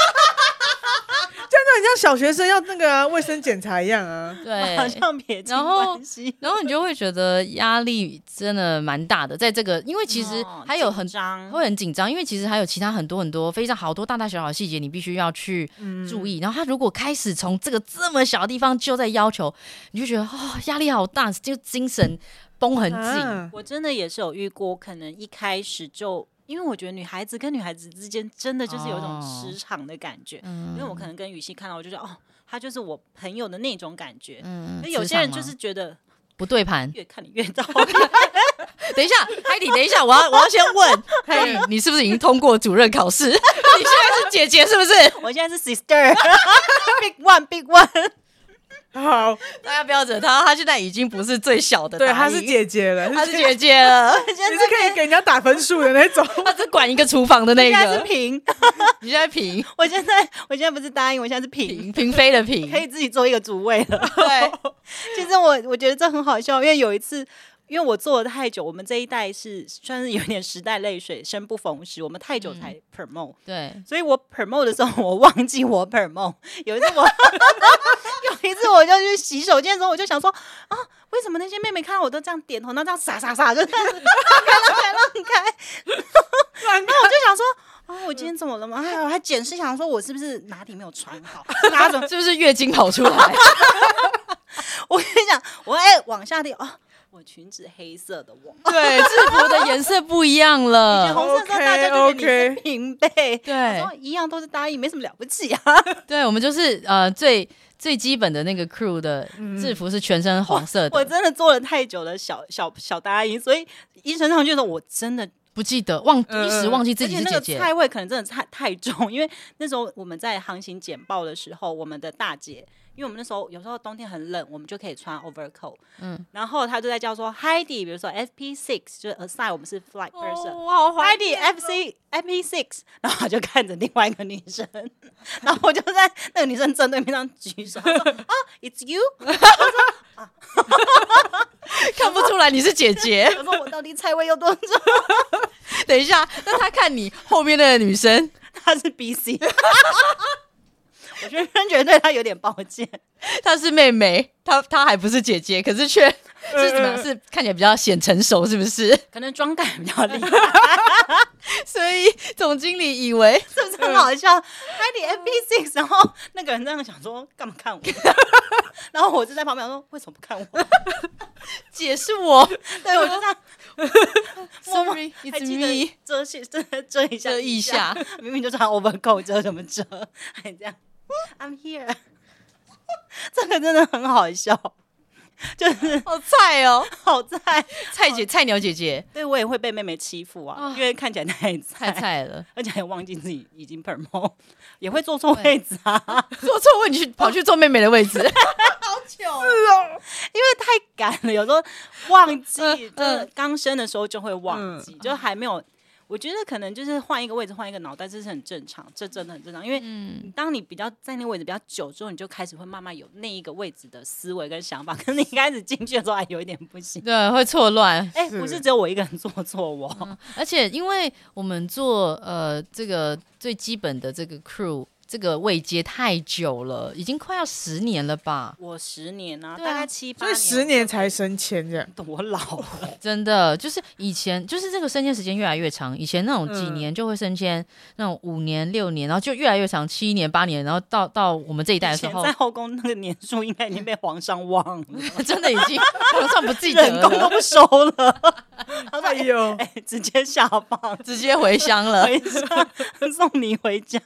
就很像小学生要那个啊卫生检查一样啊。
好
对，
像撇清
然后
关系。
然后你就会觉得压力真的蛮大的，在这个，因为 其实
哦
还有很
紧张，
会很紧张，因为其实还有其他很多很多非常好多大大小小的细节，你必须要去
嗯
注意。然后他如果开始从这个这么小的地方就在要求，你就觉得哦压力好大，就精神绷 很紧。
啊
我真的也是有遇过，可能一开始就。因为我觉得女孩子跟女孩子之间真的就是有一种
哦
磁场的感觉，
嗯
因为我可能跟雨熙看到，我就觉得哦，她就是我朋友的那种感觉。
嗯，
那
嗯
哎有些人就
磁场
是
吗
觉得
不对盘。
越看你越糟，
等一下，海底，等一下，我要我要先问海底，你是不是已经通过主任考试？你现 在是姐姐是不是？
我现在是 sister，big one big one，
好，
大家不要惹她，她现在已经不是最小的，
对，她是，姐姐 了，
她是姐姐了，
你是可以给人家打分数的那种。
她只管一个厨房的那
现在是
个。
平，
你现在平
我现在我现在不是答应，我现在是平，
平平飞的 平，
可以自己做一个主位了。
对，
其实我我觉得这很好笑，因为有一次，因为我做的太久，我们这一代是算是有点时代泪水，生不逢时，我们太久才 promote，、
对，
所以我 promote 的时候， 我忘记我 promote。有一次我 有一次我就去洗手间的时候，我就想说啊，为什么那些妹妹看到我都这样点头，那这样傻傻傻， 就是让开让开让开，
然后
我就想说。啊、我今天怎么了吗？哎，我还检视，想说我是不是哪里没有穿好，是哪种？
是不是月经跑出 来？
我跟你讲，我哎、往下掉啊，我裙子黑色的，我
对，制服的颜色不一样
以前
了。
红色的时候，大家就觉得你是平辈，
嗯对
我说一样都是大一，没什么了不起啊。
对，我们就是呃最最基本的那个 crew 的制服是全身黄色的，
我真的做了太久的小小小大一，所以一升上去的时候，我真的，
不记得忘
嗯
一时忘记自
而
己
且
是
那
姐
个
姐。
菜味可能真的太 太重，因为那时候我们在航行简报的时候，我们的大姐。因为我们那时候有时候冬天很冷，我们就可以穿 overcoat。嗯，然后她就在叫说 Heidi，比如说 FP six，就是 aside 我们是 flight person，、
哦好
ID FC MP six，然后他就看着另外一个女生， 然后我就在那个女生正对面上举手，她说啊，It's you，
看不出来你是姐姐。
我说我到底菜味有多重？
等一下，那他看你后面那个女生，
她是 BC，我觉得觉得对他有点抱歉。
她是妹妹，她她还不是姐姐，可是却是怎么样？
嗯
是看起来比较显成熟，是不是？
可能妆感比较厉害，
所以总经理以为
是不是很好笑？海底 FP six，然后那个人在那想说干嘛看我？ 然后我就在旁边说为什么不看我？
姐是我
对我就这 样默默
，sorry，
还
it's
记
me，
得遮些遮遮一下
遮一下，
明明就穿 overcoat 遮什么遮，还这样 I'm here，这个真的很好笑，就是
好菜哦，
好在
菜姐菜鸟姐姐
对我也会被妹妹欺负啊，
啊
因为看起来太
太
菜，
菜了，
而且还忘记自己已经 promo，也会坐错位置啊，
做错位你去跑去坐妹妹的位置，
因为太赶了，有时候忘记，
嗯
真
嗯
的刚生的时候就会忘记，就还没有。我觉得可能就是换一个位置，换一个脑袋，这是很正常，这真的很正常。因为
嗯，
当你比较在那个位置比较久之后，你就开始会慢慢有那一个位置的思维跟想法。可是你一开始进去的时候还哎有一点 不 行。
对，会错 乱，
哎、
是
不是只有我一个人做错我，
而且因为我们做呃这个最基本的这个 crew 这个位阶太久了，已经快要十年了吧，
我十年啊，
对啊
大概七八
所以
年，
十年才升 迁这样。
多老了。
真的就是以前就是这个升迁时间越来越长，以前那种几
嗯
年就会升迁，那种五年六年，然后就越来越长，七年八年，然后到到我们这一代的
以
时
前
候
在，后宫那个年数应该已经被皇上忘 了，
真的已经皇上不记得
人工
了，
都不收了，他说
哎呦，
哎、直接下放，
直接回乡 了。
回家 送你回家，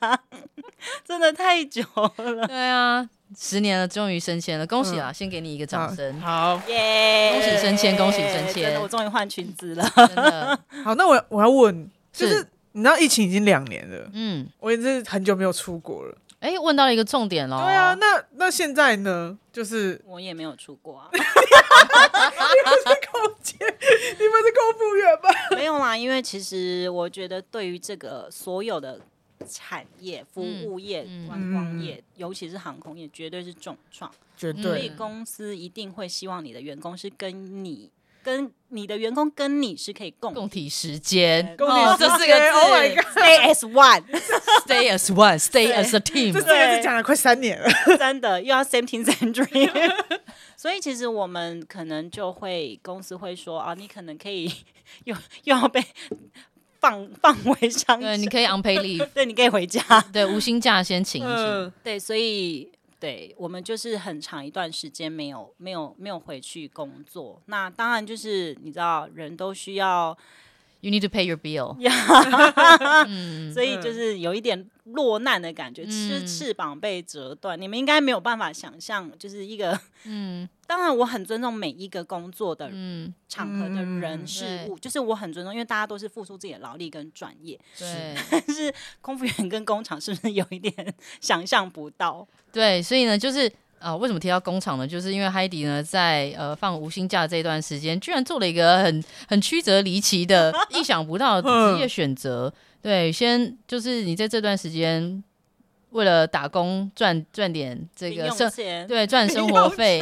真的太久了，
对啊，十年了，终于升迁了，恭喜啊啦！先给你一个掌声。
嗯好
耶
恭喜升迁恭喜升迁
真的我终于换裙子了。
真的，
好，那我我要问，就是是你知道疫情已经两年了，
嗯，
我也是很久没有出国了。
哎，问到了一个重点喽。
对啊，那那现在呢？就是
我也没有出国、 啊，
空姐，你们是空服员吧？
没有啦，因为其实我觉得对于这个所有的产业、服务业、
嗯嗯
观光业，尤其是航空业，绝对是重创。
绝
所
嗯
以
对，
公司一定会希望你的员工是跟你、跟你的员工跟你是可以共
共体时间，
共
哦
体
这
时
四个字
间，Oh my god！
stay as one，
Stay as one，Stay
对
as a
这
team。
这个是讲了快三年了，
真的又要 same team same dream。所 以其实我们可能就会公司会说啊，你可能可以又又要被放放回商
对，你
场，
可以 unpaid leave，
对，你可以回家。
对，无薪假先请一请。
嗯，
对，所以对我们就是很长一段时间没有没有没有回去工作。那当然就是你知道，人都需要，
You need to pay your bill。
所以就是有一点落难的感觉，
嗯
翅翅膀被折断。你们应该没有办法想象，就是一个
嗯
当然我很尊重每一个工作的
嗯，
场合的人
嗯
事物，就是我很尊重，因为大家都是付出自己的劳力跟专业。
对
但是空服员跟工厂是不是有一点想象不到？
对，所以呢，就是。啊、为什么提到工厂呢？就是因为 Heidi 呢，在呃放无薪假这段时间，居然做了一个很很曲折离奇的、意想不到的职
嗯
业选择。对，先就是你在这段时间为了打工赚赚点这
零
个
用
生，
钱，
对，赚生活费，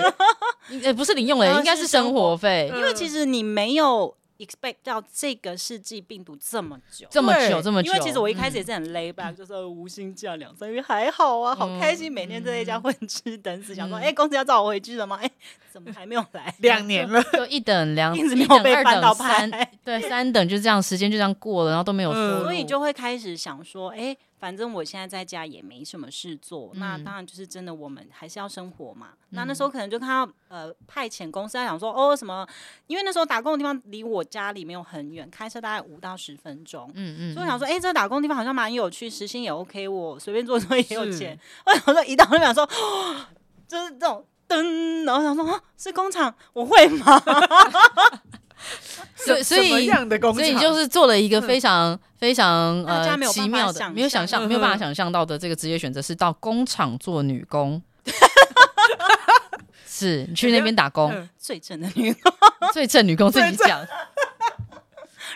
呃，不是零用嘞，
啊
应该
是
是
生
生
活呃
活费。
因为其实你没有 expect 到这个世纪病毒这么久。
这么
对
久，这么久，
因为其实我一开始
嗯
也是很 lay back，、就是呃无薪假两三月还好啊，好开心，每天都在家混吃等死，想说
嗯
哎、公司要找我回去了吗？哎、怎么还没有来？
两年了，
就一 等两，
一直
一
没有
等
被
二
翻到
等三
牌，
对，三等就这样，时间就这样过了，然后都没有收
嗯
入，
所以就会开始想说，哎、反正我现在在家也没什么事做，那
嗯
当然就是真的，我们还是要生活嘛。那那时候可能就看到呃，派遣公司在想说，哦什么，因为那时候打工的地方离我家里没有很远，开车大概五到十分钟。
嗯嗯，
所以我想说，哎、这打工地方好像蛮有趣，时薪也 OK，我随便做做也有
是
钱。 我想说，一到那边想说，哦就是这种噔，然后想说，啊是工厂，我会吗？
所以所
什么
以
样的工厂？
所以你就是做了一个非常非常
大家
呃
没有办法
奇妙的，
想
没有想
象嗯
象，没有办法想象到的这个职业选择是到工厂做女 工。是你去那边打 工，
嗯
最正的女，
最正女工自己 讲，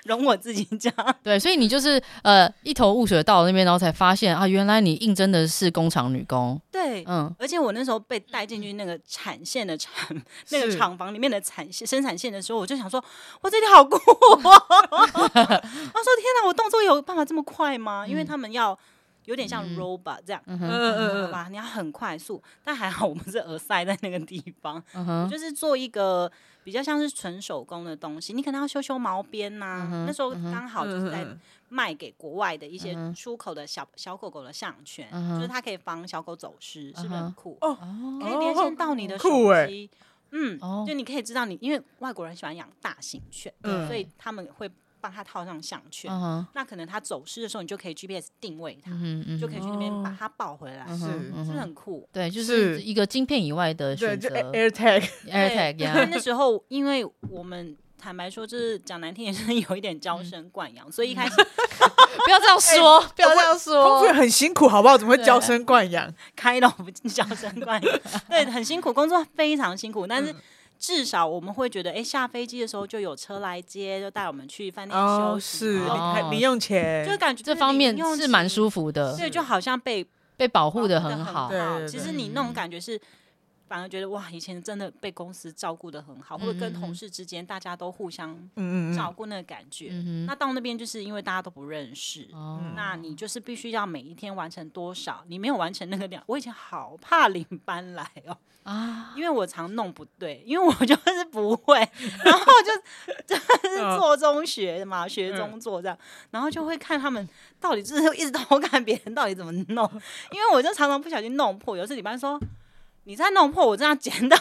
容我自己讲。
对，所以你就是呃一头雾水地到了那边，然后才发现啊，原来你应征的是工厂女工，
对，
嗯，
而且我那时候被带进去那个产线的 产那个
嗯是
厂房里面的产线生产线的时候，我就想说，我这里好 酷、哦！我说天哪，我动作有办法这么快吗？因为他们要有点像 robot 这样，
嗯嗯
好吧，你要很快速，但还好我们是耳塞在那个地方，
嗯哼，
就是做一个比较像是纯手工的东西，你可能要修修毛边呐、
嗯
那时候刚好就是在卖给国外的一
嗯
些出口的小小狗狗的项圈，就是它可以防小狗走失，是
嗯
不是很
哼
酷？
哦
可以连线到你的手
酷欸
机。嗯，
哦
就你可以知道你，因为外国人喜欢养大型犬，
嗯
所以他们会帮它套上项圈。
嗯哼，
那可能它走失的时候，你就可以 GPS 定位它，
嗯嗯
就可以去那边
哦
把它抱回来，
是
是不是很酷？
对，就是是一个晶片以外的
对，
选
就
择
Air Tag，
，AirTag
对
呀，
那时候因为我们坦白说，就是讲难听点， 就是有一点娇生惯养，所以一开 始
不要这样说，哎不要这样
空服
说
员，很辛苦，好不好？怎么会娇生惯养？
开到不进娇生 惯养，对，很辛苦，工作非常辛苦，
嗯
但是。至少我们会觉得，哎、下飞机的时候就有车来接，就带我们去饭店休
哦，
息
是，
嘛，
零
哦
还零用钱，
就感觉
这方面是蛮
服
舒服的，
对，就好像被
被保
保
护的
很
很好，
对对对
其实你那种感觉是，反而觉得哇，以前真的被公司照顾的很好，或者跟同事之间大家都互相
嗯嗯嗯
照
嗯，
顾那个感觉。
嗯
那到那边就是因为大家都不认识，
哦
那你就是必须要每一天完成多少，你没有完成那个量，我以前好怕领班来哦，
啊，
因为我常弄不对，因为我就是不会，然后就就是做中学嘛，学中做这样，然后就会看他们到底就是一直偷看别人到底怎么弄，因为我就常常不小心弄破，有一次领班说。你再弄破，我这样剪到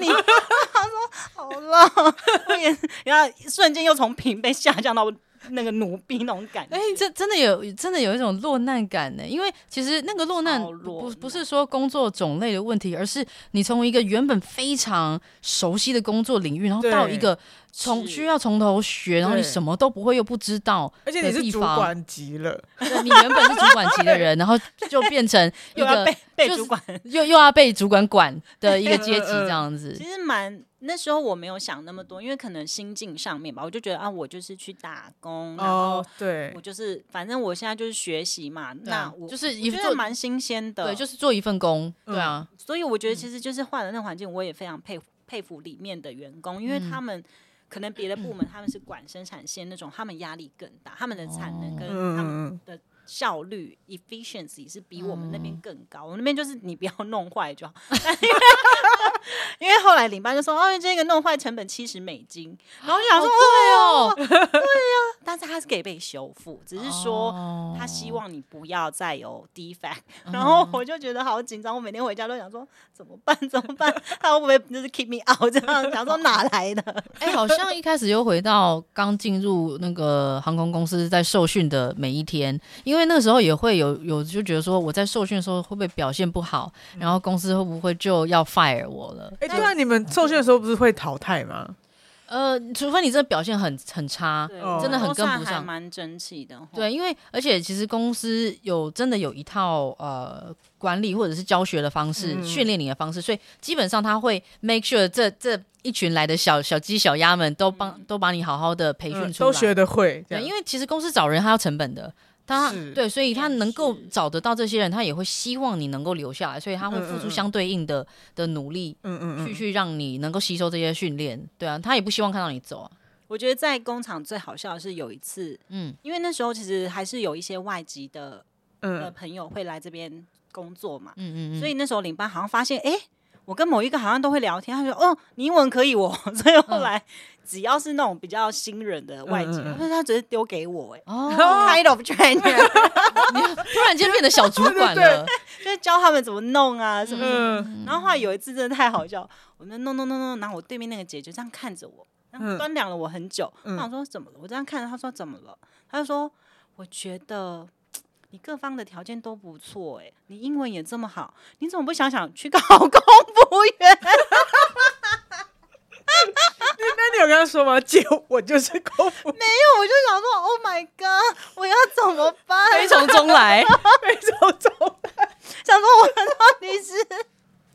你。 他说好了，我也然后瞬间又从平被下降到那个奴婢那种感觉。
哎，这真的有真的有一种落难感呢，因为其实那个落难
超落
不
难
不是说工作种类的问题，而是你从一个原本非常熟悉的工作领域，然后
对
到一个从
是
需要从头学，然后你
对
什么都不会又不知道，
而且你
的
是
地
主
方
管级了，
对你原本是主管级的 人，然后就变成一
又要
个
被被
就是
主管。
又又要被主管管的一个阶级
嗯嗯嗯
这样子
其。实蛮那时候我没有想那么多，因为可能心境上面吧，我就觉得啊，我就是去打工，然后
哦，对
我，就是反正我现在就是学习嘛，那我
啊就是
我
一
觉得
做
蛮新鲜的，
对，就是做一份工，
嗯
对啊，
所以我觉得其实就是换了那个环境，我也非常佩服佩服里面的员工，因为他们。可能别的部门他们是管生产线那种，他们压力更大，他们的产能跟
嗯
他们
嗯嗯，
效率 efficiency 是比我们那边更高，我们那边就是你不要弄坏就好。 因为后来领班就说，哦，这个弄坏成本七十美金，然后我就想说，
哦，对哦，
但是他是可以被修复，只是说
哦
他希望你不要再有 defect。然后我就觉得好紧张，我每天回家都想说怎么办？怎么办？他会不会就是 keep me out 这样？ 想说哪来的？
哎、好像一开始又回到刚进入那个航空公司在受训的每一天，因为那个时候也会有有就觉得说我在受训的时候会不会表现不好，然后公司会不会就要 fire 我了？
哎，对啊，你们受训的时候不是会淘汰吗？
呃，除非你真的表现很很差，
对
哦
我
真的
啊很
都
跟
算
不
还
上
蛮争气的。
哦
对，，因为而且其实公司有真的有一套呃管理或者是教学的方式、
嗯
训练你的方式，所以基本上他会 make sure 这这一群来的小小鸡小鸭们都帮、都把你好好的培训
嗯
出来，
都学得会，这
对，
样
因为其实公司找人他要成本的。他
是
对，所以他
也
能够
是
找得到这些人，他也会希望你能够留下来，所以他会付
嗯嗯
出
嗯
相对应的的努力，
嗯嗯
去
嗯，
去让你能够吸收这些训练。对啊，他也不希望看到你走啊。
我觉得在工厂最好笑的是有一次，
嗯，
因为那时候其实还是有一些外籍的的
呃
嗯，
朋友会来这边工作嘛，
嗯嗯嗯。
所以那时候领班好像发现，哎、我跟某一个好像都会聊天，他说哦，你英文可以哦， 所以
嗯
后来只要是那种比较新人的外籍，
嗯嗯嗯
他说他直接丢给我、哎、
哦，
k i n d of trainer，
突然间变得小主 管了。
就是教他们怎么弄啊，什么什么。
嗯，
然后后来有一次真的太好笑，我们弄弄弄弄，然后我对面那个姐就这样看着我，然后
嗯
端量了我很久。
嗯
那我说怎么了？我这样看着她说怎么了？她就说我觉得。你各方的条件都不错哎、你英文也这么好，你怎么不想想去搞公务 员？
那你有跟他说吗？姐，我就是空服，
没有，我就想说，Oh my god，我要怎么办？
悲从中 来，
没走走，
想说 我到底是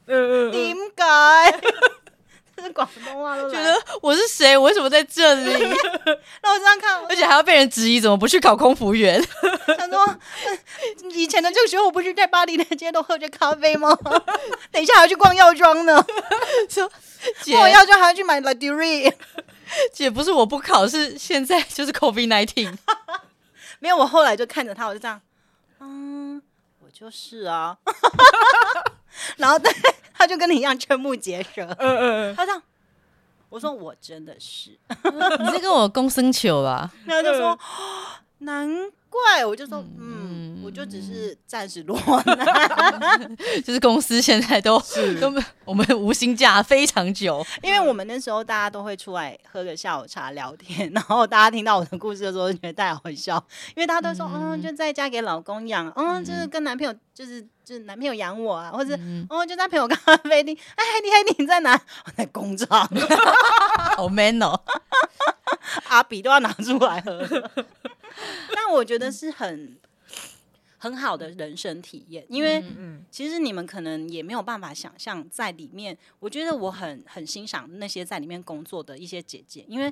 嗯嗯嗯。
点解？ 这是广东话都
觉
来
得我是谁？我为什么在这 里？
那我这样看，我
而且还要被人质疑，怎么不去考空服员？
想说， 以前的这个时候，我不是在巴黎的街头喝着咖啡吗？ 等一下还要去逛药妆呢，
姐
逛完药妆还要去买 La d u r y
姐不是我不考，是现在就是 COVID nineteen。
没有，我后来就看着他，我就这样，嗯，就是啊， 然后对，他就跟你一样瞠目结舌，
嗯嗯嗯，
他这样，我说我真的 是，
你是跟我公生球吧？
然后就说、 难怪，我就说嗯，我就只是暂时落难，
就是公司现在都 都没我们无薪假非常久，
因为我们那时候大家都会出来喝个下午茶聊天， 然后大家听到我的故事的时候就觉得太好笑，因为大家都说，嗯，就在家给老公养，嗯，就是跟男朋友，就是就是男朋友养我啊，或者哦，就在朋友咖啡厅，哎，你哎你在哪？我在工厂，
好 man 哦。
阿比啊都要拿出来喝。 但我觉得是很很好的人生体验，因为
嗯
其实你们可能也没有办法想象在里面。我觉得我很很欣赏那些在里面工作的一些姐姐，因为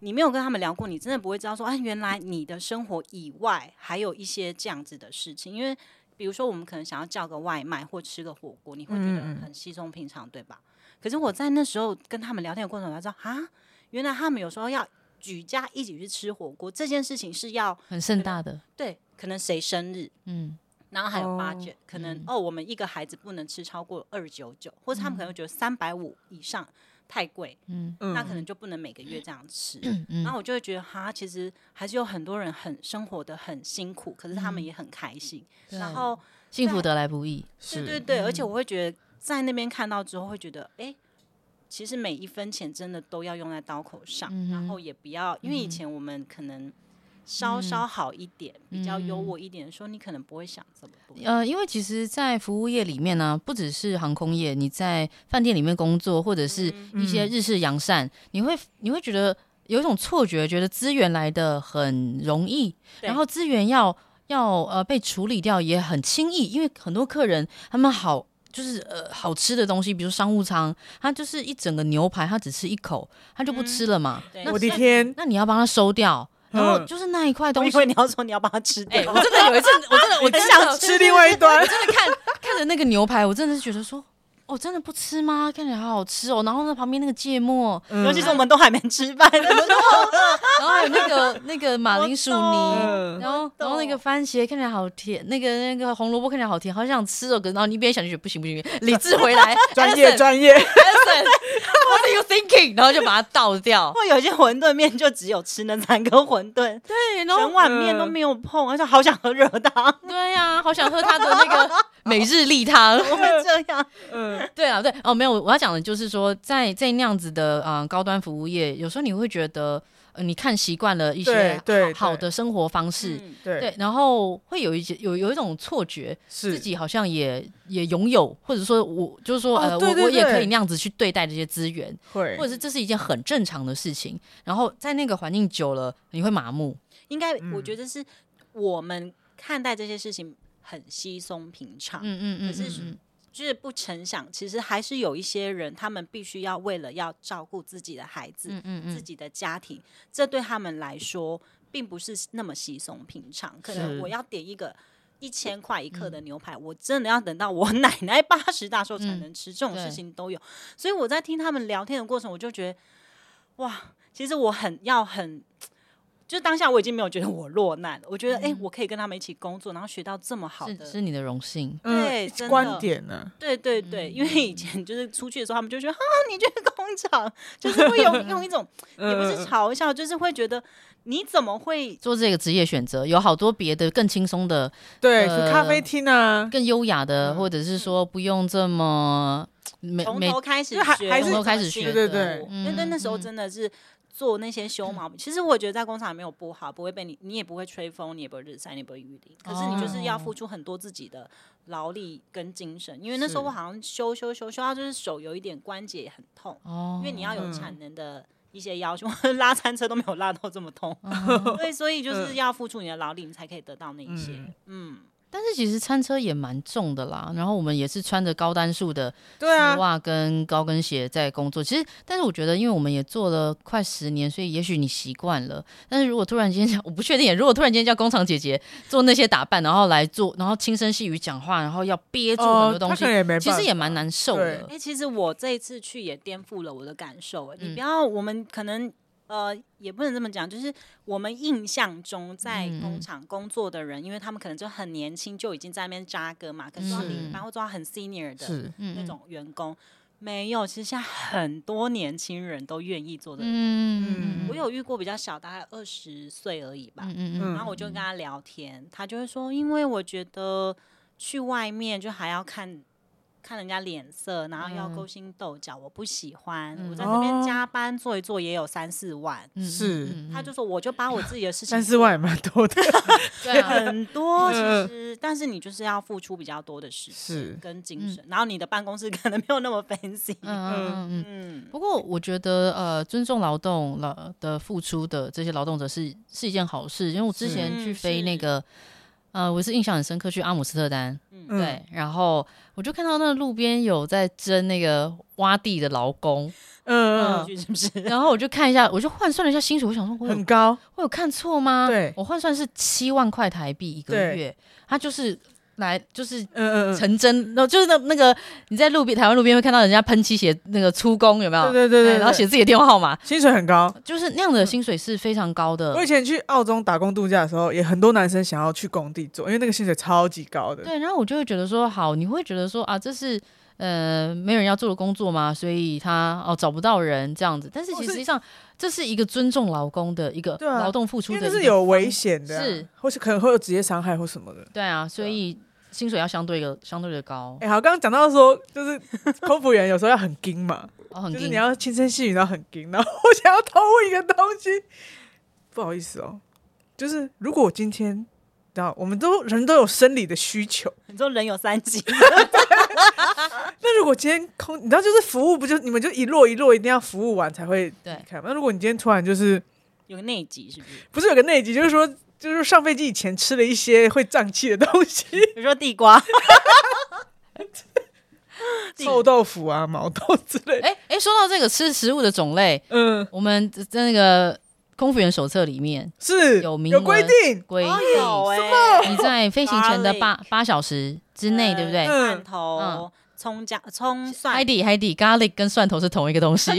你没有跟他们聊过，你真的不会知道说，哎、原来你的生活以外还有一些这样子的事情，因为。比如说，我们可能想要叫个外卖或吃个火锅，你会觉得
嗯嗯
很稀松平常，对吧？可是我在那时候跟他们聊天的过程中，我才知道啊，原来他们有时候要举家一起去吃火锅，这件事情是要
很盛大的，
对，可能谁生日，
嗯，
然后还有
哦
budget，、可能、
嗯
哦，我们一个孩子不能吃超过二九九，或者他们可能会觉得三百五以上太贵，
嗯，
那可能就不能每个月这样 吃。
嗯
然后我就会觉得，哈，其实还是有很多人很生活的很辛苦，可是他们也很开心。
对
然后，
幸福得来不易，
对
嗯是嗯
对对，而且我会觉得在那边看到之后，会觉得，哎，其实每一分钱真的都要用在刀口上，
嗯
然后也不要，因为以前我们可能
嗯
稍稍好一点，比较优渥一点的时候，你可能不会想这么多。
呃，因为其实，在服务业里面呢、不只是航空业，你在饭店里面工作，或者是
嗯
一些日式洋膳，你会你会觉得有一种错觉，觉得资源来的很容易，
对
然后资源要要呃被处理掉也很轻易，因为很多客人他们好。就是呃，好吃的东西，比如商务舱，他就是一整个牛排，他只吃一口，他就不吃了嘛。
嗯对
那
我的
那
天，
那你要帮他收掉，然后
嗯
就是那一 块
我
东
以
西，
为你要说你要把它吃掉，
哎、我真的 有一次，我真的我真的
想吃另外一 端
我真的看看着那个牛排，我真的是觉得说，哦，真的不吃吗？看起来好好吃哦。然后那旁边那个芥 末，
尤其是我们都还没吃饭 的时候，
然后还有那个那个马铃薯泥。
嗯
然后，然后那
懂
个番茄看起来好甜，那个那个红萝卜看起来好甜，好想吃哦。可是然后你一边想就觉得不行不行，不 行理智回来，
专业
Edison，Edison，What
专业，
are you thinking？然后就把它倒 掉。
或有一些馄饨面就只有吃那三根馄饨，
对，然后
整碗面都没有碰，而且好想喝热汤，
对呀、好想喝它的那个每日例 汤。
我会这 样。
嗯
对啊，对哦，没有，我要讲的就是说，在在那样子的啊、呃高端服务业，有时候你会觉得，呃，你看习惯了一些好
对对
好
对
的生活方式，
嗯，
对
对，然后会有一些有有一种错觉，自
是
己好像也也拥有，或者说我就是说，
哦
呃，
对对
我我也
对
可以那样子去对待这些资源，
会
或者是这是一件很正常的事情。然后在那个环境久了，你会麻木，
应该我觉得是我们看待这些事情很稀松平常，
嗯嗯嗯，
可是
嗯嗯
就是不成想，其实还是有一些人，他们必须要为了要照顾自己的孩子，
嗯嗯
自己的家庭，这对他们来说并不是那么稀松平常。可能
是嗯
我要点一个一千块一克的牛排，我真的要等到我 奶奶八十大寿才能吃，这种事
对
情都有。所以我在听他们聊天的过程，我就觉得，哇，其实我很要很。就是当下我已经没有觉得我落难了，我觉得哎、诶我可以跟他们一起工作，然后学到这么好的
嗯是是你的荣幸，
对
嗯
真的
观点呢，
对对
嗯
对，因为以前就是出去的时候，他们就觉得啊，你去工厂， 就是会 有用一种也不是
嗯
嘲笑，就是会觉得你怎么会
做这个职业选择，有好多别的更轻松的
对，去
呃
咖啡厅啊，
更优雅的，或者是说不用这么每
嗯从
每
头开始
就还
学，
还
是从头开始学嗯
对
对
对
因为那时候真的是做那些修毛，其实我觉得在工厂也没有不好，不会被你，你也不会吹风，你也不会日晒，你也不会雨淋，可是你就是要
哦
付出很多自己的劳力跟精神，因为那时候
是
我好像修修修修到就是手有一点关节也很痛，
哦
因为你要有产能的一些要求， 拉餐车都没有拉到这么痛，
哦
对，所以
嗯
就是要付出你的劳力，你才可以得到那一些。嗯，
但是其实餐车也蛮重的啦，然后我们也是穿着高单数的
对啊
丝，袜跟高跟鞋在工作。其实，但是我觉得，因为我们也做了快十年，所以也许你习惯了。但是如果突然间叫，我不确定，如果突然间叫工厂姐姐做那些打扮，然后来做，然后轻声细语讲话，然后要憋住
哦
很多
哦他
东西，
可能也没
其
办
实
法，
也蛮难受的
欸
嗯
哎、。其实我这一次去也颠覆了我的感受、哎你不要，我们可能呃，也不能这么讲，就是我们印象中在
嗯嗯
工厂工作的人，因为他们可能就很年轻就已经在那边扎根嘛，可是他们
是
领班或做到很 senior 的
是
嗯
那种员工，没有。其实现在很多年轻人都愿意做这个。
嗯
我有遇过比较小，大概二十岁而已吧，
嗯嗯
然后我就跟他聊天，他就会说，因为我觉得去外面就还要看看人家脸色，然后要
嗯
勾心斗角，我不喜欢。
嗯
我在这边
哦
加班做一做也有三四万，
嗯，
是
他就说我就把我自己的事情
三四万也蛮 多的，
对啊，
很多，其
嗯
实但是你就是要付出比较多的时间
是
跟精神，然后你的办公室可能没有那么 fancy，
嗯
呃
嗯嗯。
嗯，
不过我觉得，呃，尊重劳动劳的付出的这些劳动者是是一件好事，因为我之前
是
去
嗯
飞
是
那个，呃，我是印象很深刻，去阿姆斯特丹，
嗯
对，然后我就看到那个路边有在争那个挖地的劳工，
嗯
嗯，
嗯
是不是？
然后我就看一下，我就换算了一下薪水，我想说我
嗯，
有
很高，
我有看错吗？
对
我换算是七万块台币一个
对
月，他就是来就是
嗯嗯嗯，
成真，然后就是那那个你在路边台湾路边会看到人家喷漆写那个出工有没有？
对对对对
哎然后
对
写自己的电话号码，嗯
薪水很高。
就是那样的薪水是非常高的
我。以前去澳洲打工度假的时候，也很多男生想要去工地做，因为那个薪水超级高的。
对，然后我就会觉得说，好，你会觉得说啊，这是呃没有人要做的工作吗？所以他哦找不到人这样子，但是
哦
其实
是
实际上这是一个尊重劳工的一个
对啊
劳动付出
因
的一
为
个方，
那是有危险的啊、
是
或是可能会有职业伤害或什么的。
对啊，所
对啊
以薪水要相对的相对的高
哎、好，刚刚讲到说，就是 空服员有时候要很精嘛，
哦，很
就是
硬
你要轻声细语，然后很精。然后我想要偷问一个东西，不好意思哦，就是如果我今天，你知道，我们都人都有生理的需求，
你说人有三级，
那如果今天空，你知道，就是服务不就你们就一摞一摞，一定要服务完才会
对
离开嘛。那如果你今天突然就是
有个内急是不是？
不是有个内急，就是说。就是上飞机以前吃了一些会胀气的东 西，
比如说地瓜，
臭豆腐啊、毛豆之 类的。
哎哎，说到这个吃食物的种类，
嗯，
我们在那个空服员手册里面
是
有明
有规
文
定，
规定，
哦有哎，
你在飞行前的
Garlic
八八小时之内，对不对？
嗯
蒜呃头、葱姜、葱
海
蒜。
底海底 garlic 跟蒜头是同一个东 西，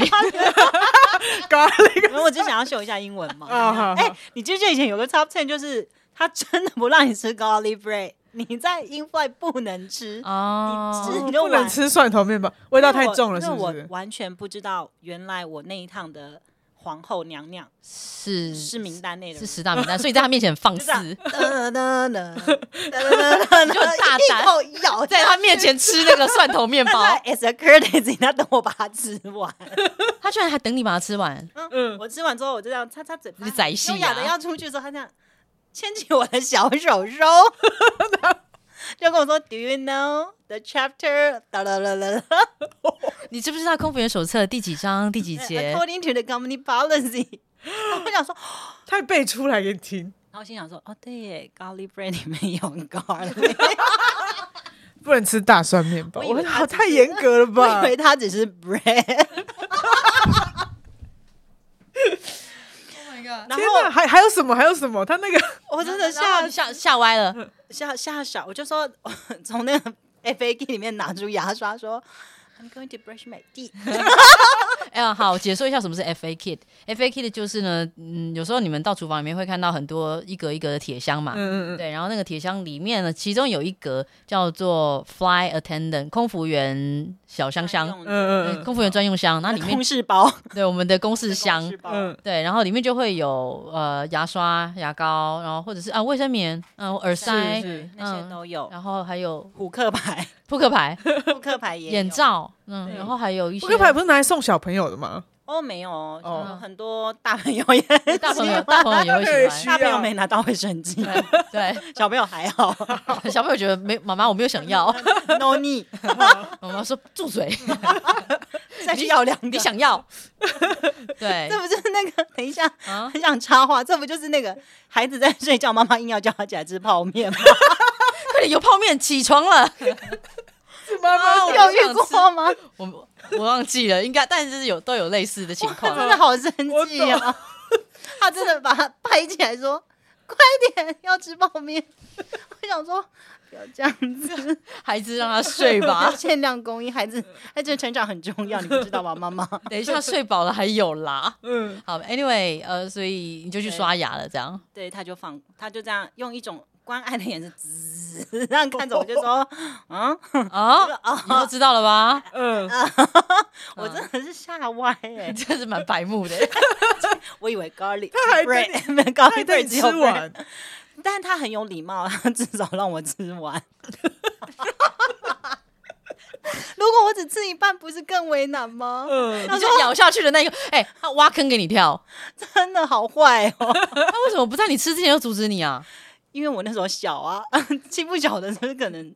咖喱
然后我就想要秀一下英文嘛。
啊好
哎、
好
你记不记得以前有个 top ten，就是他真的不让你吃 garlic bread，你在 in flight 不能吃。
哦，
你吃
哦
你就
不能
玩
吃蒜头面包，味道太重了，
因
是
为
不
我因为
是
我？完全不知道，原来我那一趟的皇后娘娘
是
是名单内
嗯
的
是
人。
十大名单，所以在他面前放
就这样
肆，
哒哒哒 哒哒
就很大胆
一口咬
在
在
他面前吃那个蒜头面 包，
as a courtesy，他等我把它吃完。
他居然还等你把它吃完，
嗯，
我吃完之后，我就这样擦擦嘴巴，
你宰戏啊
优雅的要出去的时候，他这样牵起我的小手手，就跟我说 “Do you know the chapter？” 哒啦啦啦啦
你知不知道空服员手册第几章第几节？
，according to the company policy。我 想说，
他背出来给你听，
然后心想说，哦对耶，garlic bread 里面 有 garlic，
不能吃大蒜面包，
我以为
我
他
好
只是
太严格了
我
吧
以？为它只是 bread。然
天哪，
后
还还有什么？还有什么？他 那个
我真的
吓
吓
吓吓歪了，
吓吓傻，我就说 从那个 FAQ 里面拿出牙刷说，I'm going to brush my teeth。
哎呀，好，解说一下什么是 FA kit，FA kit 就是呢，嗯，有时候你们到厨房里面会看到很多一格一格的铁箱嘛，
嗯嗯嗯，
对，然后那个铁箱里面呢，其中有一格叫做 fly attendant 空服员小箱箱，
用的
嗯
对，
嗯
空服员专用箱，然后里面
空式包，
对我们的公事
公
箱
事，包
嗯，
对，然后里面就会有呃牙刷、牙膏，然后或者是啊卫生棉，嗯、耳塞，
是
那
嗯
些都有。
然后还有
扑克牌，
扑克牌、
扑克牌也有
眼罩，嗯，
对
然后还有一些
扑克牌不是拿来送小朋友的吗？
哦，没有哦，
哦
有很多大朋友也
大朋友大朋友也 会喜
需
欢。
要
大朋友没拿到卫生巾，
对，
小朋友还好
小朋友觉得没妈妈，我没有想要。
，no need，
妈妈说住嘴，
再去要两个
你，想要？对
这不就是那个？等一下，
啊，
很想插话，这不就是那个孩子在睡觉，妈妈硬要叫他起来吃泡面吗？
快点有泡面，起床了。
妈妈
我
是
有
想
遇过吗？
我我忘记了，应该，但是有都有类似的情
他真
况。
的好生气
哦
啊！他真的把他拍起来说：“快点，要吃泡面。”我想说，
不要这样子，，
孩子让他睡吧
限量供应，孩子孩子的成长很重要，你不知道吗，妈妈？
等一下睡饱了还有啦。
嗯，
好，Anyway，呃，所以你就去
对
刷牙了，这样。
对，他就放，他就这样用一种关爱的眼神，滋，这样看着我，就说，嗯，
哦，你都知道了吧？
嗯，
啊我真的是吓歪 哎、
真是蛮白目的。
我以为 garlic
他还
bread 没有 garlic
还带
bread
你
只
吃
有 bread，
完，
但他很有礼貌，他 至少让我吃完。
如果我只吃一半，不是更为难吗？
嗯，
你就咬下去的那一个，哎、他挖坑给你跳，
真的好坏哦，
他为什么不在你吃之前就阻止你啊？
因为我那时候小啊， 欺负小的时候可能，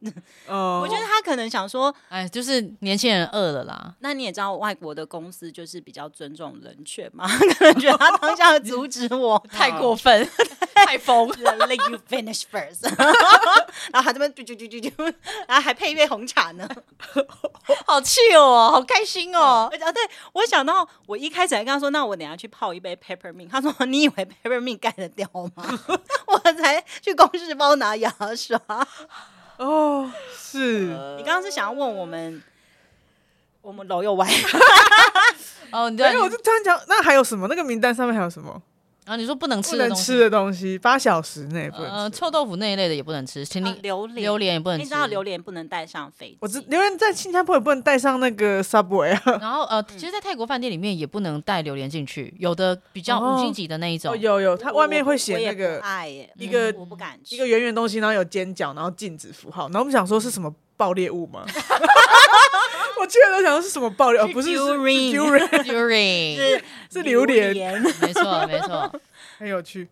哦，
我觉得他可能想说，
哎，就是年轻人饿了啦。
那你也知道外国的公司就是比较尊重人权嘛， 可能觉得他当下阻止我
太过分，太疯，
let you finish first，然后还这边啾啾啾啾啾，然后还配一杯红茶呢。
好气哦，好开心哦。
而且啊，对我想到我一开始还跟他说，那我等一下去泡一杯 peppermint。他说你以为 peppermint 盖得掉吗？ 我才去公事包拿牙刷。
哦，是，
你刚刚是想要问我们，我们楼又歪，
哦，你对，
哎，我
然
就突然讲，那还有什么？那个名单上面还有什么
后你说不能
不
吃的
能
东
吃
西，
的东西？八小时内不
呃，
能吃。
臭豆腐那一类的也不能吃，请你、
啊榴莲
榴莲也不能
你
吃
知道榴莲不能带上飞机，
我知，因为在新加坡也不能带上那个 Subway 啊。
然后呃，其实，在泰国饭店里面也不能带榴莲进去，有的比较
哦
五星级的那一种，
哦， 有有，它
我
外面
我
会
不
写
我也
那个
不爱耶，
一个
嗯我不敢吃
一个圆圆东西，然后有尖角，然后禁止符号。然后我们想说是什么爆裂物吗？ 我去了都想说是什么爆裂，哦不是是
durian
是
During，
durian，
是
是榴莲
没错没错，
很有趣。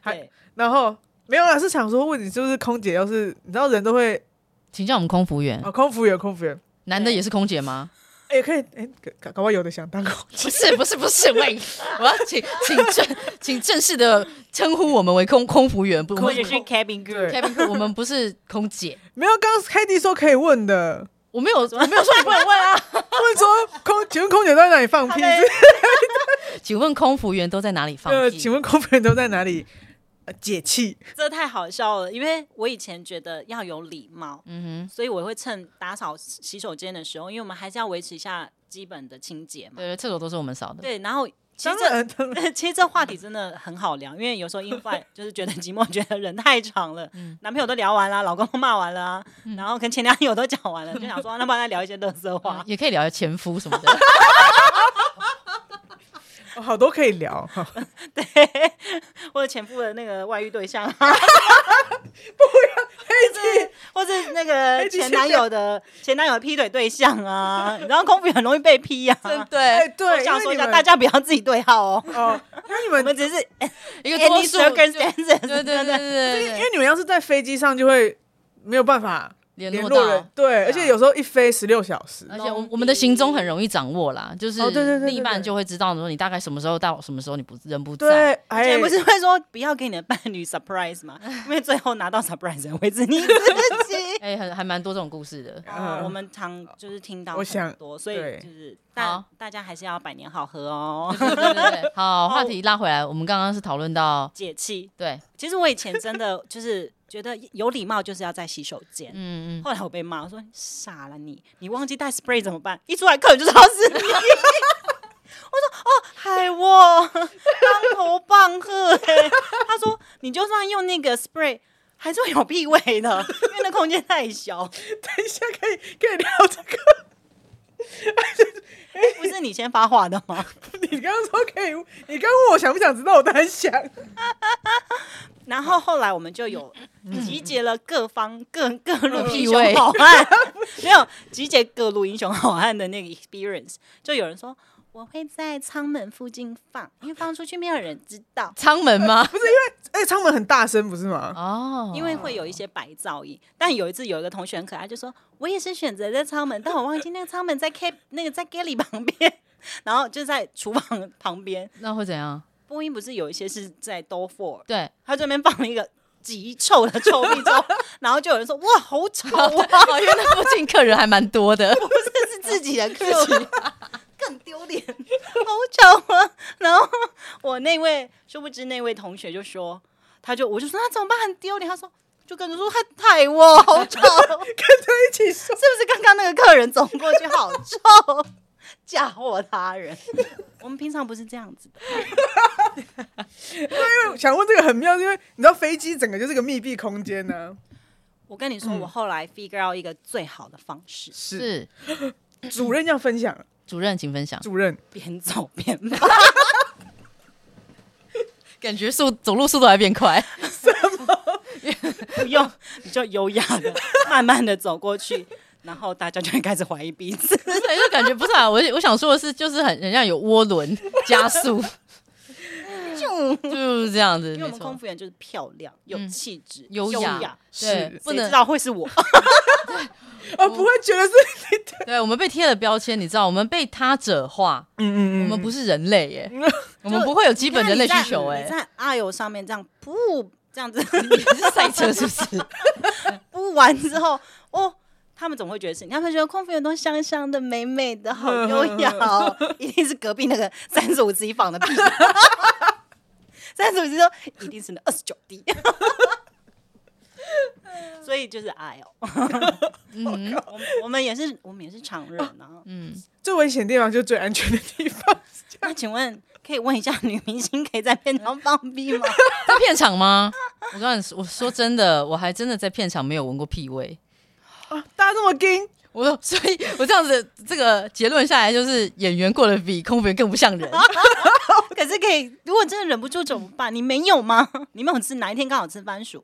还
对，
然后没有啦，是想说问你，是不是空姐？要是你知道人都会
请叫我们空服员，
哦，空服员，空服员，
男的也是空姐吗？
哎、可以，哎、搞搞不好有的想当空姐。
不是不是不是，喂，我要请请正请正式的称呼我们为空空服员，不，我
或
们
者是 cabin crew，
Kevin，Crew，我们不是空姐，
没有，刚刚凯蒂说可以问的，
我没有我没有说你不能问啊，
问说空，请问空姐都在哪里放 屁？
请问空服员都在哪里放
呃，
屁？
请问空服员都在哪里、呃、解气？
这太好笑了，因为我以前觉得要有礼貌，嗯哼，所以我会趁打扫洗手间的时候，因为我们还是要维持一下基本的清洁嘛。
对对，厕所都是我们扫的，
对，然后其实
当
这
然，当然，
其实这 话题真的很好聊，因为有时候 in flight 就是觉得寂寞，觉得人太长了，男朋友都聊完了，老公都骂完了啊，然后跟前男友都讲完了，就想说那不然再聊一些乐色话。
也可以聊聊前夫什么 的。
哦好多可以聊。哈
对，或者前夫的那个外遇对象 啊，不要，或者是那个
黑弟
前
现
男
在
友的前男友的劈腿对象啊，然后空腹也很容易被劈呀、啊。
哎、
对，
对，
我想说
因
一
为你
下，
们
大家不要自己对号哦，
哦，那你
我们
们，
只是
一个
哎
多
any
数，对
circumstances，
对对对对对
因
对
为你们要是在飞机上就会没有办法
联
联
络
络人
到，，呃
对，而且有时候一飞十六小时，
而且我我们的行踪很容易掌握啦，就是
哦对对对对
另一半
对
就会知道说你大概什么时候到什么时候你不人不
对
在。，
哎、
对，不是会说不要给你的伴侣 surprise 嘛，因为最后拿到 surprise 的人会是你自己。啊
哎，很还蛮多这种故事的。
嗯
我们常就是听到
我想
很多，所以
对
就是大
好
大家还是要百年好合哦，
对对对对，好，话题拉回来，我们刚刚是讨论到
解气。
对，
其实我以前真的就是觉得有礼貌就是要在洗手间。
嗯嗯，
后来我被骂，我说你傻了你，你忘记带 spray 怎么办？一出来客人就知道是你。我 说哦，海沃当头棒喝、欸。他说你就算用那个 spray，还是会有屁味的，因为那空间太 小。
等一下可以可以聊这个。
不是你先发话的吗？
你刚刚说可以，你刚问我想不想知道，我当然想。
然后后来我们就有集结了各方各各路英
屁
雄
味
好汉， 没有集结各路英雄好汉的那个 experience，就有人说。我会在舱门附近放，因为放出去没有人知道，
舱门吗？
哎、他们很大声，不是吗？
哦，
因为会有一些白噪音。但有一次有一个同学很可爱，就说我也是选择在舱门，但我忘记那个舱门在 K 那个在 Galley 旁边，然后就在厨房旁边。
那会怎样？
波音不是有一些是在 Door Four，
对，
他这边放了一个极臭的臭屁之后，然后就有人说哇好臭
哦，
啊，
因为那附近客人还蛮多的，
这是自己的 课题，更丢脸。
好臭啊！然后我那位殊不知那位同学就说，他就我就说那怎么办很丢脸，他说
就跟着说太太我好臭，
一起
是
说
不是刚刚那个客人走过去好 臭，嫁祸他人？
我们平常不是这样子的，
想问这个很妙，因为你知道飞机整个就是个密闭空间呢、
我跟你说，我后来 figure out 一个最好的方 式，
是
是
主任要分享了，
主任，请分享。
主任
边走边骂。
感觉速走路速度还变 快，
不用比较优雅的慢慢的走过去，然后大家就会开始怀疑彼 此。
不是就感觉不是啊。我我想说的是，就是很很像有涡 轮加速，就是这样子，
因为我
没
们空
错。
服员就是漂亮、有
嗯
气质、
优雅
雅，
对，不
谁
能
知道会是 我。
哦，不会觉得是
对，我们被贴了标签，你知道，我们被他者化，
嗯嗯嗯，
我们不是人类 耶，我们不会有基本人类需求
你
哎。
在阿油上面这样噗这 样子
你是赛车是不 是？
噗完之后，哦。他们怎么会觉得是你？他们觉得空服员都香香的、美美的，好优雅哦， 一定是隔壁那个三十五级房的屁。三十五级说一定是那二十九 D，所以就是哎呦，
嗯
我们 我们也是，我们也是常人啊。
嗯，
最危险的地方就是最安全的地方。
那请问，可以问一下女明星可以在片场放 屁吗？
在片场吗？我告诉你说，我说真的，我还真的在片场没有闻过屁味。
大家这么盯，
我所以，我这样子这个结论下来，就是演员过得比空服员更不像 人。
可是可以，如果真的忍不住怎么办？你没有吗？你没有吃，哪一天刚好吃番薯？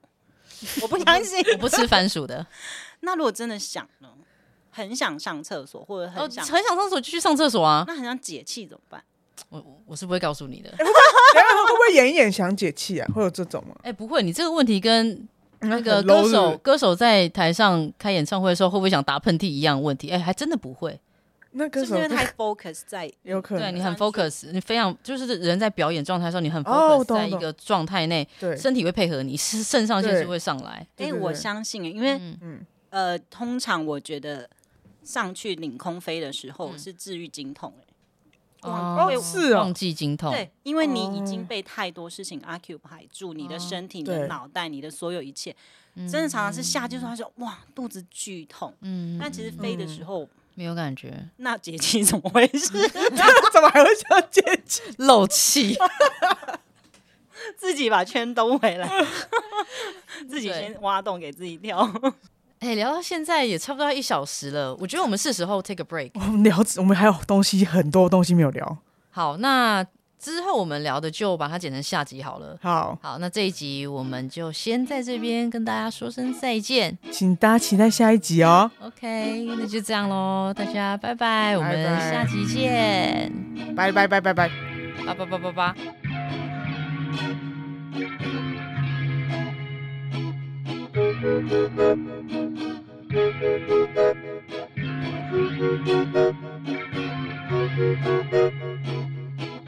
我不相信。
我不吃番薯 的，
那如果真的想呢？很想上厕所，或
哦，
者很
很
想，
想上厕所就去上厕所啊。
那很想解气怎么办？
我我是不会告诉你的。
然后哎会不会演一演想解气啊？会有这种吗？
哎、不会，你这个问题跟那个
嗯很 low
歌
是不
手
是
歌手在台上开演唱会的时候会不会想打喷嚏一样的问题？哎、还真的不会。
那歌
是不
手
是因为太 focus 在？
有可
对
能
你很
专注
focus，你非常就是人在表演状态的时候，你很
哦我
focus
懂
在一
懂
个状态内，
对，
身体会配合你，是肾上腺
对
素会上来。
对
哎，
对
我
对
相信，因为
嗯
嗯，
呃，通常我觉得上去领空飞的时候
嗯
是治愈经痛，哎，
哦是哦
忘记经痛。
对，因为你已
哦
经被太多事情 occupy 住，你的
哦
身体、你
对
的脑袋、你的所有一切，
嗯
真的常常是下就是他说哇肚子剧痛，
嗯
但其实飞的时候，
没有感觉，
那节气怎么 回事？
怎么还会想解气？
漏气。
自己把圈兜回 来，自己
对
先挖洞给自己跳。
哎、聊到现在也差不多要一小时了，我觉得我们是时候 take a break。
我们聊，我们还有东西很多东西没有聊。
好，那之后我们聊的就把它剪成下集好了。
好，
好，那这一集我们就先在这边跟大家说声再见。
请大家期待下一集哦。
OK，那就这样喽，大家拜拜，我
拜
们
拜
下集见，
拜拜拜拜拜。
八八八八八。